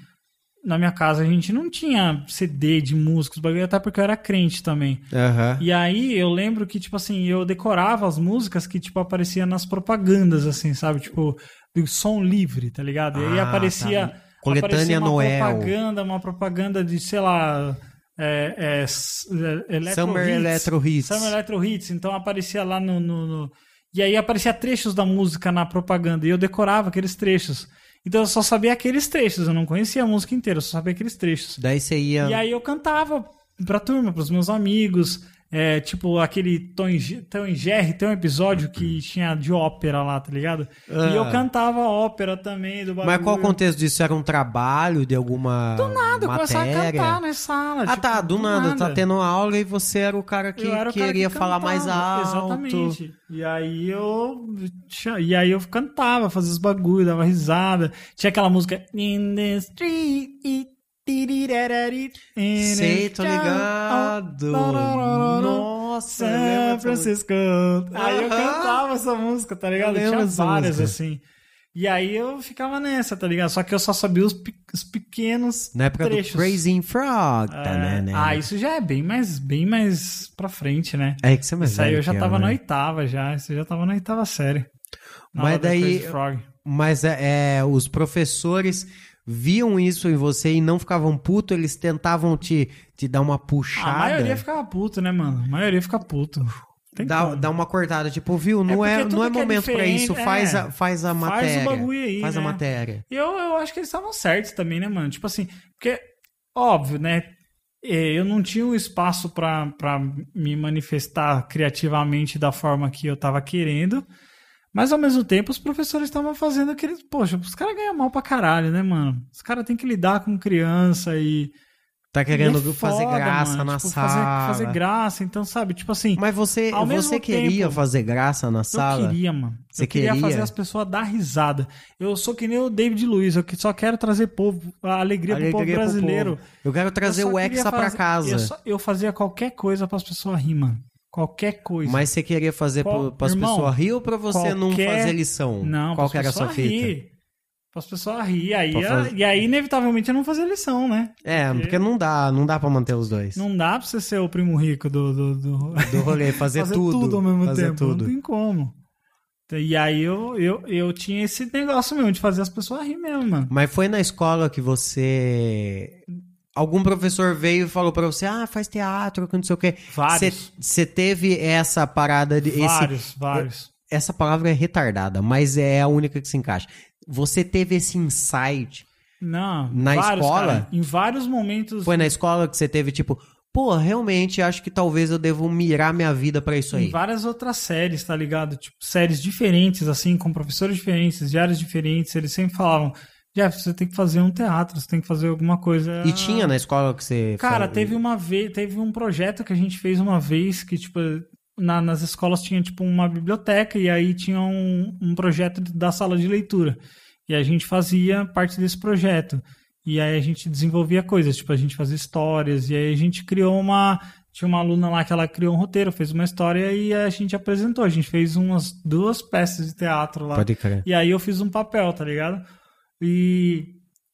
na minha casa a gente não tinha CD de músicos, bagulho, até porque eu era crente também.
Aham.
E aí eu lembro que, tipo assim, eu decorava as músicas que, tipo, aparecia nas propagandas, assim, sabe? Tipo, do som livre, tá ligado? E aí
Ah,
aparecia.
tá. Coletânea
aparecia uma
Noel.
propaganda, uma propaganda de, sei lá. É, é, s- é, Electro
Summer
Hits.
Electro Hits.
Summer Electro Hits. Então aparecia lá no, no- no- E aí aparecia trechos da música na propaganda. E eu decorava aqueles trechos. Então eu só sabia aqueles trechos. Eu não conhecia a música inteira, eu só sabia aqueles trechos.
Daí você ia.
E aí eu cantava pra turma, pros meus amigos. É, tipo, aquele Tom e Ge- Tom e Jerry, tem um episódio que tinha de ópera lá, tá ligado?
Uhum. Ah.
E eu cantava ópera também do bagulho.
Mas qual o contexto disso? Era um trabalho de alguma. Do
Nada, eu começava a
matéria?
cantar na sala.
Ah,
tipo,
tá, do, nada, tá tendo aula e você era o cara que
Eu era o cara
queria
que
falar mais
cantava,
alto.
Exatamente. E aí eu. tinha- E aí eu cantava, fazia os bagulho, dava risada. Tinha aquela música. In the street. tirirarari, in
Sei,
the
tô
town,
ligado.
oh, tararara,
Nossa, eu lembro
San
dessa música.
Francisco. Aí eu
Aham.
cantava essa música, tá
Eu
ligado?
lembro
Tinha
dessa
várias
música.
assim. E aí eu ficava nessa, tá ligado? Só que eu só sabia os, pe- os pequenos
Na época
trechos.
do Crazy Frog, tá,
É.
né, né?
Ah, isso já é bem mais, bem mais pra frente, né?
É que você é mais
Isso aí
velho
eu já
que
tava
né?
na oitava já. Isso aí já tava na oitava série. Na
Mas
aula da
daí-
Crazy Frog.
Mas é, é, os professores viam isso em você e não ficavam puto, eles tentavam te, te dar uma puxada.
Ah, A maioria ficava puto, né, mano? A maioria fica puto. Tem
Dá,
como.
dá uma cortada, tipo, viu, não
porque
é,
tudo
não é
que é
momento pra isso,
diferente,
faz,
é.
a, faz a
Faz o
matéria.
bagulho aí,
Faz a
né?
matéria.
E eu, eu acho que eles estavam certos também, né, mano? Tipo assim, porque, óbvio, né? eh, Eu não tinha um espaço pra pra me manifestar criativamente da forma que eu tava querendo. Mas ao mesmo tempo, os professores estavam fazendo aqueles. Poxa, os caras ganham mal pra caralho, né, mano? Os caras têm que lidar com criança e.
Tá querendo
e é
fazer
foda,
graça
mano,
na
tipo, fazer-
sala.
Fazer, graça, então, sabe? Tipo assim,
Mas você,
Ao mesmo
você queria
tempo-
fazer graça na
eu
sala?
queria, mano.
Você
eu queria,
queria?
fazer as pessoas dar risada. Eu sou que nem o David Luiz, eu que- só quero trazer povo, a alegria, pro povo
Alegria pro
brasileiro.
povo. Eu quero trazer
Eu só
o
queria
Hexa pra
fazer-
casa.
Eu, só- eu fazia qualquer coisa pras pessoas rir, mano. Qualquer coisa.
Mas você queria fazer
Qual-
pro, pras
Irmão,
pessoas rir ou pra você não
qualquer-
fazer lição?
não,
Qual
pras
que era a sua
pessoas
fita?
rir. As pessoas rir, aí,
Pra
a-
fazer-
e aí inevitavelmente eu não fazia lição, né?
É, porque não dá, não dá pra manter os dois.
Não dá pra você ser o primo rico do, do, do-
Do
<laughs>
rolê, <laughs> fazer, tudo.
ao mesmo
fazer
tempo.
tudo.
Não tem como. E aí eu, eu, eu tinha esse negócio mesmo de fazer as pessoas rir mesmo, mano.
Mas foi na escola que você. Algum professor veio e falou pra você: ah, faz teatro, que não sei o quê.
Vários.
Você teve essa parada de. Esse, é
vários, vários.
essa palavra é retardada, mas é a única que se encaixa. Você teve esse insight.
Não,
Na
vários,
escola?
cara. em vários momentos.
Foi na escola que você teve, tipo, pô, realmente acho que talvez eu devo mirar minha vida pra isso
Em
aí.
várias outras séries, tá ligado? Tipo, séries diferentes, assim, com professores diferentes, diários diferentes. Eles sempre falavam: Jeff, você tem que fazer um teatro, você tem que fazer alguma coisa.
E tinha na escola que você.
Cara,
fa-
teve uma vez, teve um projeto que a gente fez uma vez que, tipo, na- nas escolas tinha, tipo, uma biblioteca e aí tinha um, um projeto da sala de leitura. E a gente fazia parte desse projeto. E aí a gente desenvolvia coisas, tipo, a gente fazia histórias, e aí a gente criou uma. Tinha uma aluna lá que ela criou um roteiro, fez uma história e a gente apresentou. A gente fez umas duas peças de teatro lá.
Pode crer.
E aí eu fiz um papel, tá ligado? E,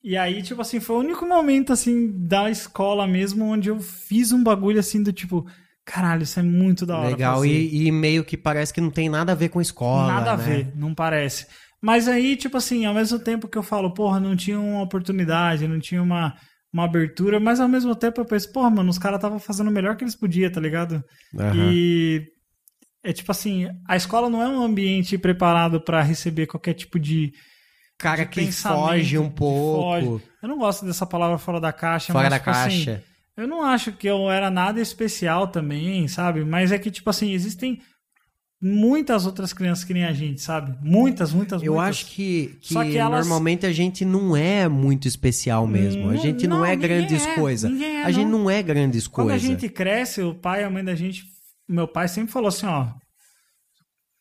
e aí, tipo assim, foi o único momento, assim, da escola mesmo, onde eu fiz um bagulho, assim, do tipo, caralho, isso é muito da hora
Legal,
fazer.
e, e meio que parece que não tem nada a ver com escola.
Nada a
né?
ver, não parece. Mas aí, tipo assim, ao mesmo tempo que eu falo, porra, não tinha uma oportunidade, não tinha uma, uma abertura, mas ao mesmo tempo eu penso, porra, mano, os caras estavam fazendo o melhor que eles podiam, tá ligado?
Aham.
E é tipo assim, a escola não é um ambiente preparado pra receber qualquer tipo de
Cara
de
que
pensamento,
foge um
que
pouco.
foge. Eu não gosto dessa palavra fora da caixa.
Fora
mas,
da
tipo assim,
caixa.
eu não acho que eu era nada especial também, sabe? Mas é que, tipo assim, existem muitas outras crianças que nem a gente, sabe? Muitas, muitas,
Eu
muitas.
acho que, que,
Só que elas-
normalmente a gente não é muito especial mesmo. A gente não, é
ninguém
grandes
é,
coisas.
ninguém é,
a gente não é grandes
Quando
coisas.
a gente cresce, o pai e a mãe da gente. Meu pai sempre falou assim, ó.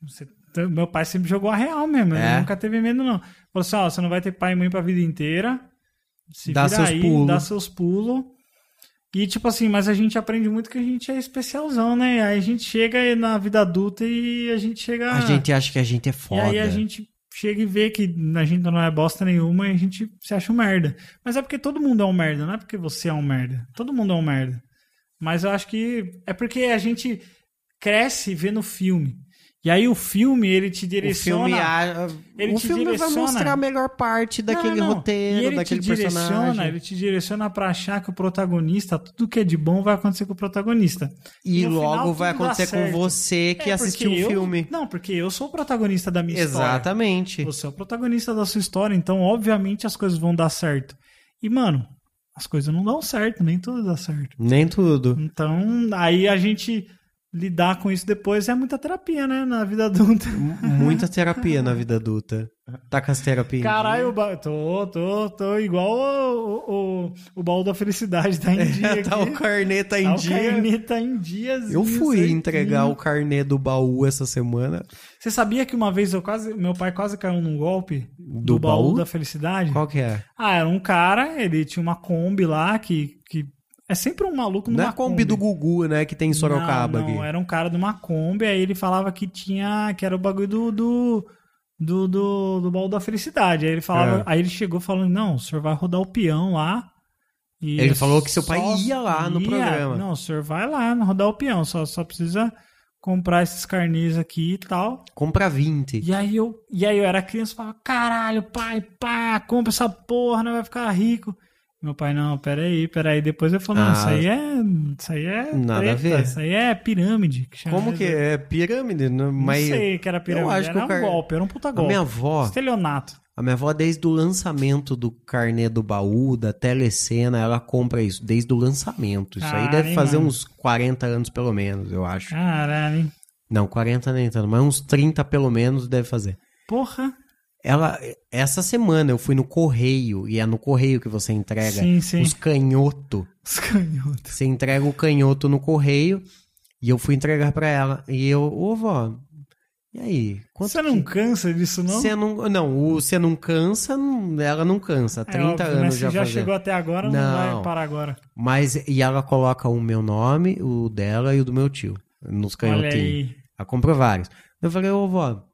você- meu pai sempre jogou a real mesmo.
É.
Ele nunca teve medo, não. Falou assim, ó, você não vai ter pai e mãe pra vida inteira. Se
Dá
vira
seus
aí,
pulos.
dá seus pulos. E tipo assim, mas a gente aprende muito que a gente é especialzão, né? Aí a gente chega na vida adulta e a gente chega.
A gente acha que a gente é
Ah. E
foda.
aí a gente chega e vê que a gente não é bosta nenhuma e a gente se acha um merda. Mas é porque todo mundo é um merda, não é porque você é um merda. Todo mundo é um merda. Mas eu acho que é porque a gente cresce vendo filme. E aí o filme, ele te
o
direciona...
filme, é a-
ele
o
te
filme vai
direciona.
mostrar a melhor parte
Não,
daquele
não, não.
roteiro,
e ele
daquele
te direciona,
personagem.
Ele te direciona pra achar que o protagonista, tudo que é de bom vai acontecer com o protagonista.
E
No final,
logo vai
tudo dá
acontecer com
certo.
você que
É,
assistiu o
porque eu-
filme.
Não, porque eu sou o protagonista da minha história.
Exatamente.
Você é o protagonista da sua história, então obviamente as coisas vão dar certo. E, mano, as coisas não dão certo, nem tudo dá certo.
Nem
<laughs>
tudo.
Então, aí a gente lidar com isso depois é muita terapia, né? Na vida adulta.
M- Muita terapia na vida adulta. Tá com as terapias. em dia?
Caralho, o ba- tô, tô, tô igual o, o, o baú da felicidade tá em dia. aqui.
<laughs> tá o carneta em
Tá o
dia.
carneta em dias.
Eu fui entregar o carnê do baú essa semana.
Você sabia que uma vez eu quase, meu pai quase caiu num golpe
Do
baú,
baú?
da felicidade?
Qual que é?
Ah, era um cara, ele tinha uma Kombi lá que. que é sempre um maluco
Não
numa
é a Kombi do Gugu, né? Que tem em Sorocaba
não, não,
aqui.
era um cara de uma Kombi, aí ele falava que tinha. que era o bagulho do. do do, do, do baú da felicidade. Aí ele falava,
É.
aí ele chegou falando, não, o senhor vai rodar o peão lá. e
Ele falou que seu
só-
pai ia lá no programa.
Não, o senhor vai lá rodar o peão, só, só precisa comprar esses carnês aqui e tal.
Compra 20.
E aí eu, e aí eu era criança, falava, caralho, pai, pá, compra essa porra, não vai ficar rico. Meu pai, não, peraí, peraí. Depois eu falo, não,
Ah.
isso aí é. Isso aí é.
Nada a ver.
Isso aí é pirâmide. Que chama né,
Como que é? Pirâmide, né?
Não
Mas
sei que era pirâmide.
acho
era
que o
um
car-
golpe, era um puta
a
golpe.
minha avó,
Estelionato.
a minha avó desde o lançamento do carnê do baú, da telecena, ela compra isso desde o lançamento. Isso aí
Cara,
deve
hein,
fazer
mano?
uns 40 anos pelo menos, eu
Ah.
acho.
Caralho, hein?
Não, 40 nem tanto, mas uns 30 pelo menos deve fazer.
Porra.
Ela, essa semana eu fui no correio, e é no correio que você entrega
Sim, sim.
os canhoto.
<laughs> Os canhotos.
Você entrega o canhoto no correio, e eu fui entregar pra ela. E eu, ô vó, e aí?
Você não
que-
cansa disso, não?
Você não, não, o você não cansa, não- ela não cansa. 30
óbvio, né?
anos
Se
já,
já
fazendo.
chegou até agora, não,
Não.
vai parar agora.
Mas, e ela coloca o meu nome, o dela e o do meu tio, nos
Olha
canhotinhos.
aí.
Ela comprou vários. Eu falei, ô vó,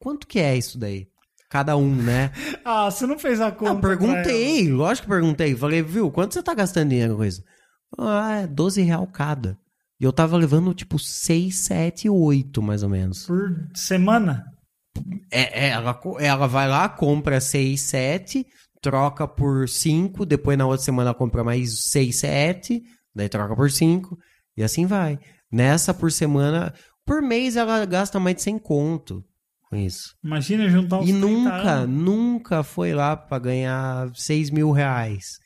quanto que é isso daí? Cada um,
<laughs>
né?
Ah, você não fez a conta.
Eu perguntei, lógico que perguntei. Falei, viu, quanto você tá gastando dinheiro com isso? Ah, é 12 real cada. E eu tava levando, tipo, 6, 7, 8, mais ou menos.
pra ela. Por semana?
É, é, ela, co- ela vai lá, compra 6, 7, troca por 5, depois na outra semana ela compra mais 6, 7, daí troca por 5, e assim vai. Nessa por semana, por mês ela gasta mais de 100 conto com isso.
Imagina juntar uns
E
30
nunca,
anos.
nunca foi lá pra ganhar 6 mil reais.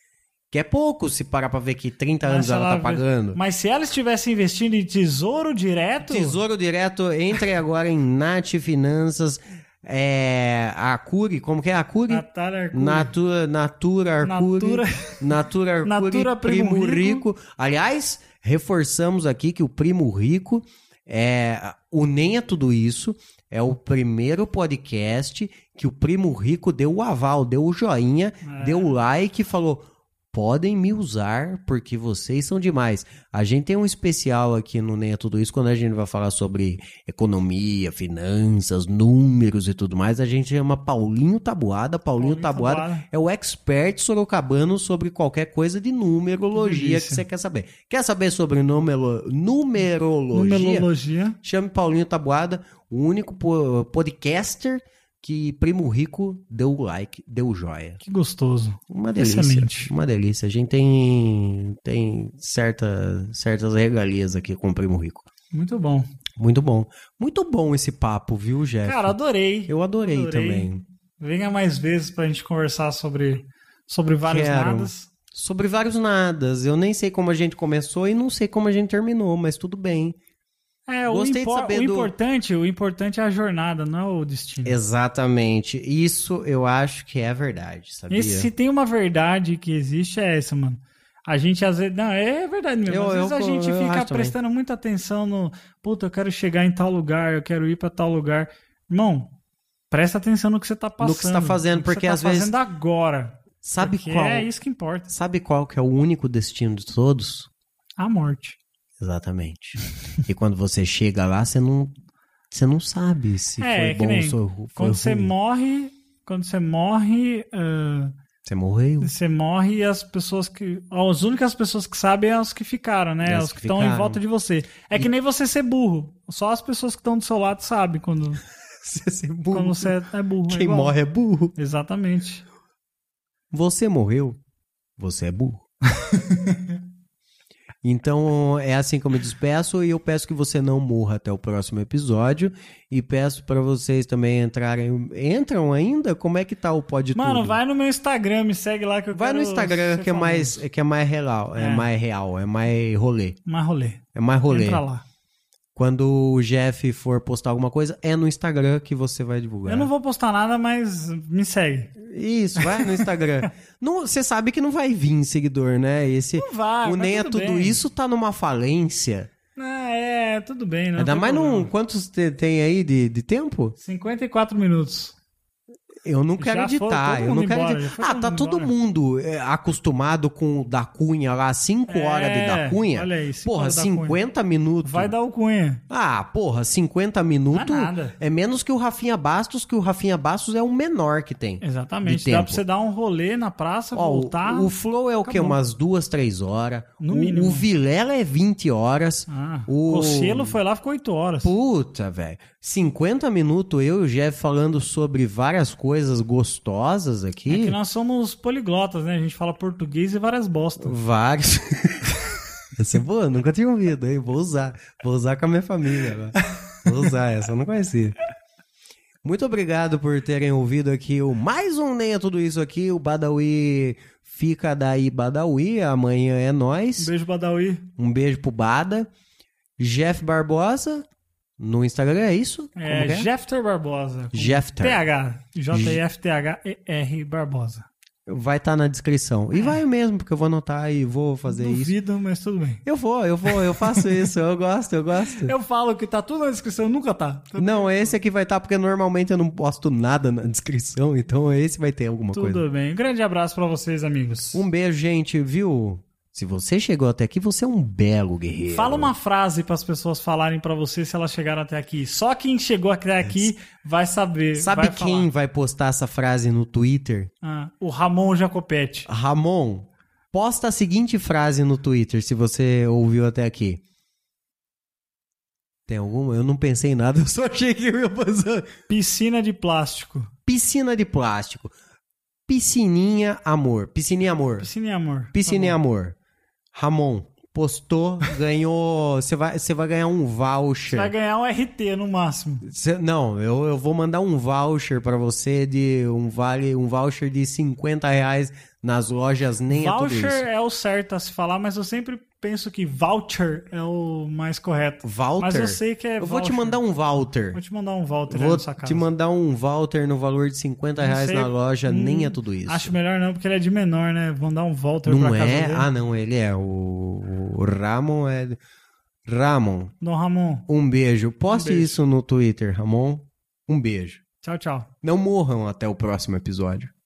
Que é pouco se parar pra ver que 30
Mas
anos
se
ela
ela
tá
vê-
pagando.
Mas se ela estivesse investindo em tesouro direto.
Tesouro Direto, entre agora em Nath Finanças, é, a Curi, como que é a Curi?
Natália Arcuri.
Natura, Natura Arcuri.
Natura.
Natura Arcuri,
Natura
Primo,
Primo
Rico.
Rico.
Aliás, reforçamos aqui que o Primo Rico é o Nem é Tudo Isso é o primeiro podcast que o Primo Rico deu o aval, deu o joinha,
É.
deu o like e falou podem me usar porque vocês são demais. A gente tem um especial aqui no Nem é Tudo Isso quando a gente vai falar sobre economia, finanças, números e tudo mais. A gente chama Paulinho Tabuada. Paulinho,
Paulinho
Tabuada,
Tabuada.
é o expert sorocabano sobre qualquer coisa de numerologia que
delícia.
você quer saber. Quer saber sobre numelo- numerologia?
Numerologia.
Chame Paulinho Tabuada, o único po- podcaster que Primo Rico deu o like, deu joia.
Que gostoso.
Uma delícia.
Excelente.
Uma delícia. A gente tem, tem certa, certas regalias aqui com o Primo Rico.
Muito bom.
Muito bom. Muito bom esse papo, viu, Jeff?
Cara, adorei.
É, eu adorei,
adorei.
também.
Venha mais vezes pra gente conversar sobre, sobre vários
Quero.
nadas.
Sobre vários nadas. Eu nem sei como a gente começou e não sei como a gente terminou, mas tudo bem.
É,
Gostei de
o, impor-
saber
o
do-
importante, o importante é a jornada, não é o destino.
Exatamente. Isso eu acho que é verdade, sabia?
Esse- se tem uma verdade que existe, é essa, mano. A gente às vezes. Não, é verdade mesmo.
Eu-
às vezes
eu-
a gente
eu
fica
acho também.
prestando muita atenção no. Puta, eu quero chegar em tal lugar, eu quero ir pra tal lugar. Irmão, presta atenção no que você tá passando.
No que você tá fazendo,
no que você
porque
tá
às vezes-
fazendo agora.
Sabe
porque
qual?
É isso que importa.
Sabe qual que é o único destino de todos?
A morte. <laughs>
Exatamente. e quando você chega lá, você não, você não sabe se
É,
foi
é que
bom ou
nem
se foi
Quando
você
você morre. Quando você morre. ah,
Você
<laughs>
morreu.
você morre e as pessoas que. As únicas pessoas que sabem é as que ficaram, né?
As
As
que
que estão em
ficaram.
volta de você. É que nem você ser burro. Só as pessoas que estão do seu lado sabem quando,
Você é burro.
quando você é burro. é
Quem
igual.
morre é burro.
Exatamente.
Você morreu, você é burro. <laughs> então é assim que eu me despeço e eu peço que você não morra até o próximo episódio e peço pra vocês também entrarem. Entram ainda? Como é que tá o pod
Mano,
tudo?
vai no meu Instagram, me segue lá que eu
Vai no
quero
Instagram
ser
que é
famoso.
mais que é mais real, é.
É.
mais real, é mais rolê,
Mais rolê.
é mais rolê.
Entra lá.
Quando o Jeff for postar alguma coisa, é no Instagram que você vai divulgar.
Eu não vou postar nada, mas me segue.
Isso, vai no
<laughs>
Instagram. Não- Você sabe que não vai vir seguidor, né? Esse
Não vai.
o
mas
Nem é
Ah, tá tudo
tudo
bem.
isso tá numa falência.
Ah, é, tudo bem. Não
Ainda
tem
mais num.
problema.
Quantos te- tem aí de, de tempo?
54 minutos.
Eu não quero
Já foi
editar,
todo
eu não
mundo
quero
embora, já
editar.
foi
Ah,
todo
tá
mundo
todo
embora.
mundo é, acostumado com o da Cunha lá, 5 horas de da Cunha.
É, Olha aí, cinco
Porra,
horas da Cunha.
50 minutos.
Vai dar o Cunha.
Ah, porra, 50 minutos
Não é nada.
é menos que o Rafinha Bastos, que o Rafinha Bastos é o menor que tem.
Exatamente.
De
Dá
tempo.
pra você dar um rolê na praça,
Ó, o-
voltar.
o, Flow é o quê?
acabou.
Umas duas, três horas.
No
o,
mínimo.
O Vilela é 20 horas.
Ah,
o-
o Cocielo foi lá, ficou 8 horas.
Puta, velho. 50 minutos eu e o Jeff falando sobre várias coisas gostosas
É
aqui.
que nós somos poliglotas, né? A gente fala português e várias bostas.
Vários. <laughs> Essa é boa, nunca tinha ouvido, hein? Vou usar. Vou usar com a minha família. agora. Vou usar essa, eu não conhecia. Muito obrigado por terem ouvido aqui o mais um Nem é Tudo Isso aqui. O Badawi fica daí, Badawi. Amanhã é
Um
nós.
beijo, Badawi.
Um beijo pro Bada. Jeff Barbosa no Instagram, é isso? Como
É,
que
Jefter Barbosa. com
Jefter.
TH. J-E-F-T-H-E-R Barbosa.
Vai estar na descrição. E vai mesmo, porque eu vou anotar e vou fazer É isso.
É. Duvido, mas tudo bem.
Eu vou, eu vou, eu faço isso. Eu gosto, eu gosto.
Eu falo que tá tudo na descrição, nunca tá.
Não, esse aqui vai estar, porque normalmente eu não posto nada na descrição, então esse vai ter alguma
Tudo
coisa.
bem. Um grande abraço pra vocês, amigos.
Um beijo, gente, viu? Se você chegou até aqui, você é um belo guerreiro.
Fala uma frase pras pessoas falarem pra você se elas chegaram até aqui. Só quem chegou até aqui vai saber.
Sabe
vai
quem vai postar essa frase no Twitter?
falar. Ah, o Ramon Jacopete.
Ramon, posta a seguinte frase no Twitter, se você ouviu até aqui. Tem alguma? Eu não pensei em nada, <laughs> eu só achei que eu ia passar.
Piscina de plástico.
Piscina de plástico. Piscininha amor. Piscininha amor.
Piscina e amor. Tá
Piscina e
bom.
Amor. Ramon, postou,
<laughs>
ganhou. Você vai, você vai ganhar um
Você vai
voucher.
ganhar um RT no máximo.
Cê- não, eu, eu vou mandar um voucher pra você de um vale, um voucher de 50 reais nas lojas nem é tudo
Voucher
isso.
é o certo a se falar, mas eu sempre penso que voucher é o mais correto.
Walter.
Mas eu sei que é
Eu vou te
voucher.
mandar um Walter.
Vou te mandar um voucher aí
Vou
na sua casa.
te mandar um Walter no valor de 50
Não
reais
sei.
na loja,
Hum,
nem é tudo isso.
Acho melhor não, porque ele é de menor, né? Mandar um voucher
não
pra casa
é?
dele.
Ah, não, ele é. O, o Ramon é. Ramon,
Dom Ramon,
um beijo. Poste
beijo.
isso no Twitter, Ramon. Um beijo.
tchau, tchau.
Não morram até o próximo episódio.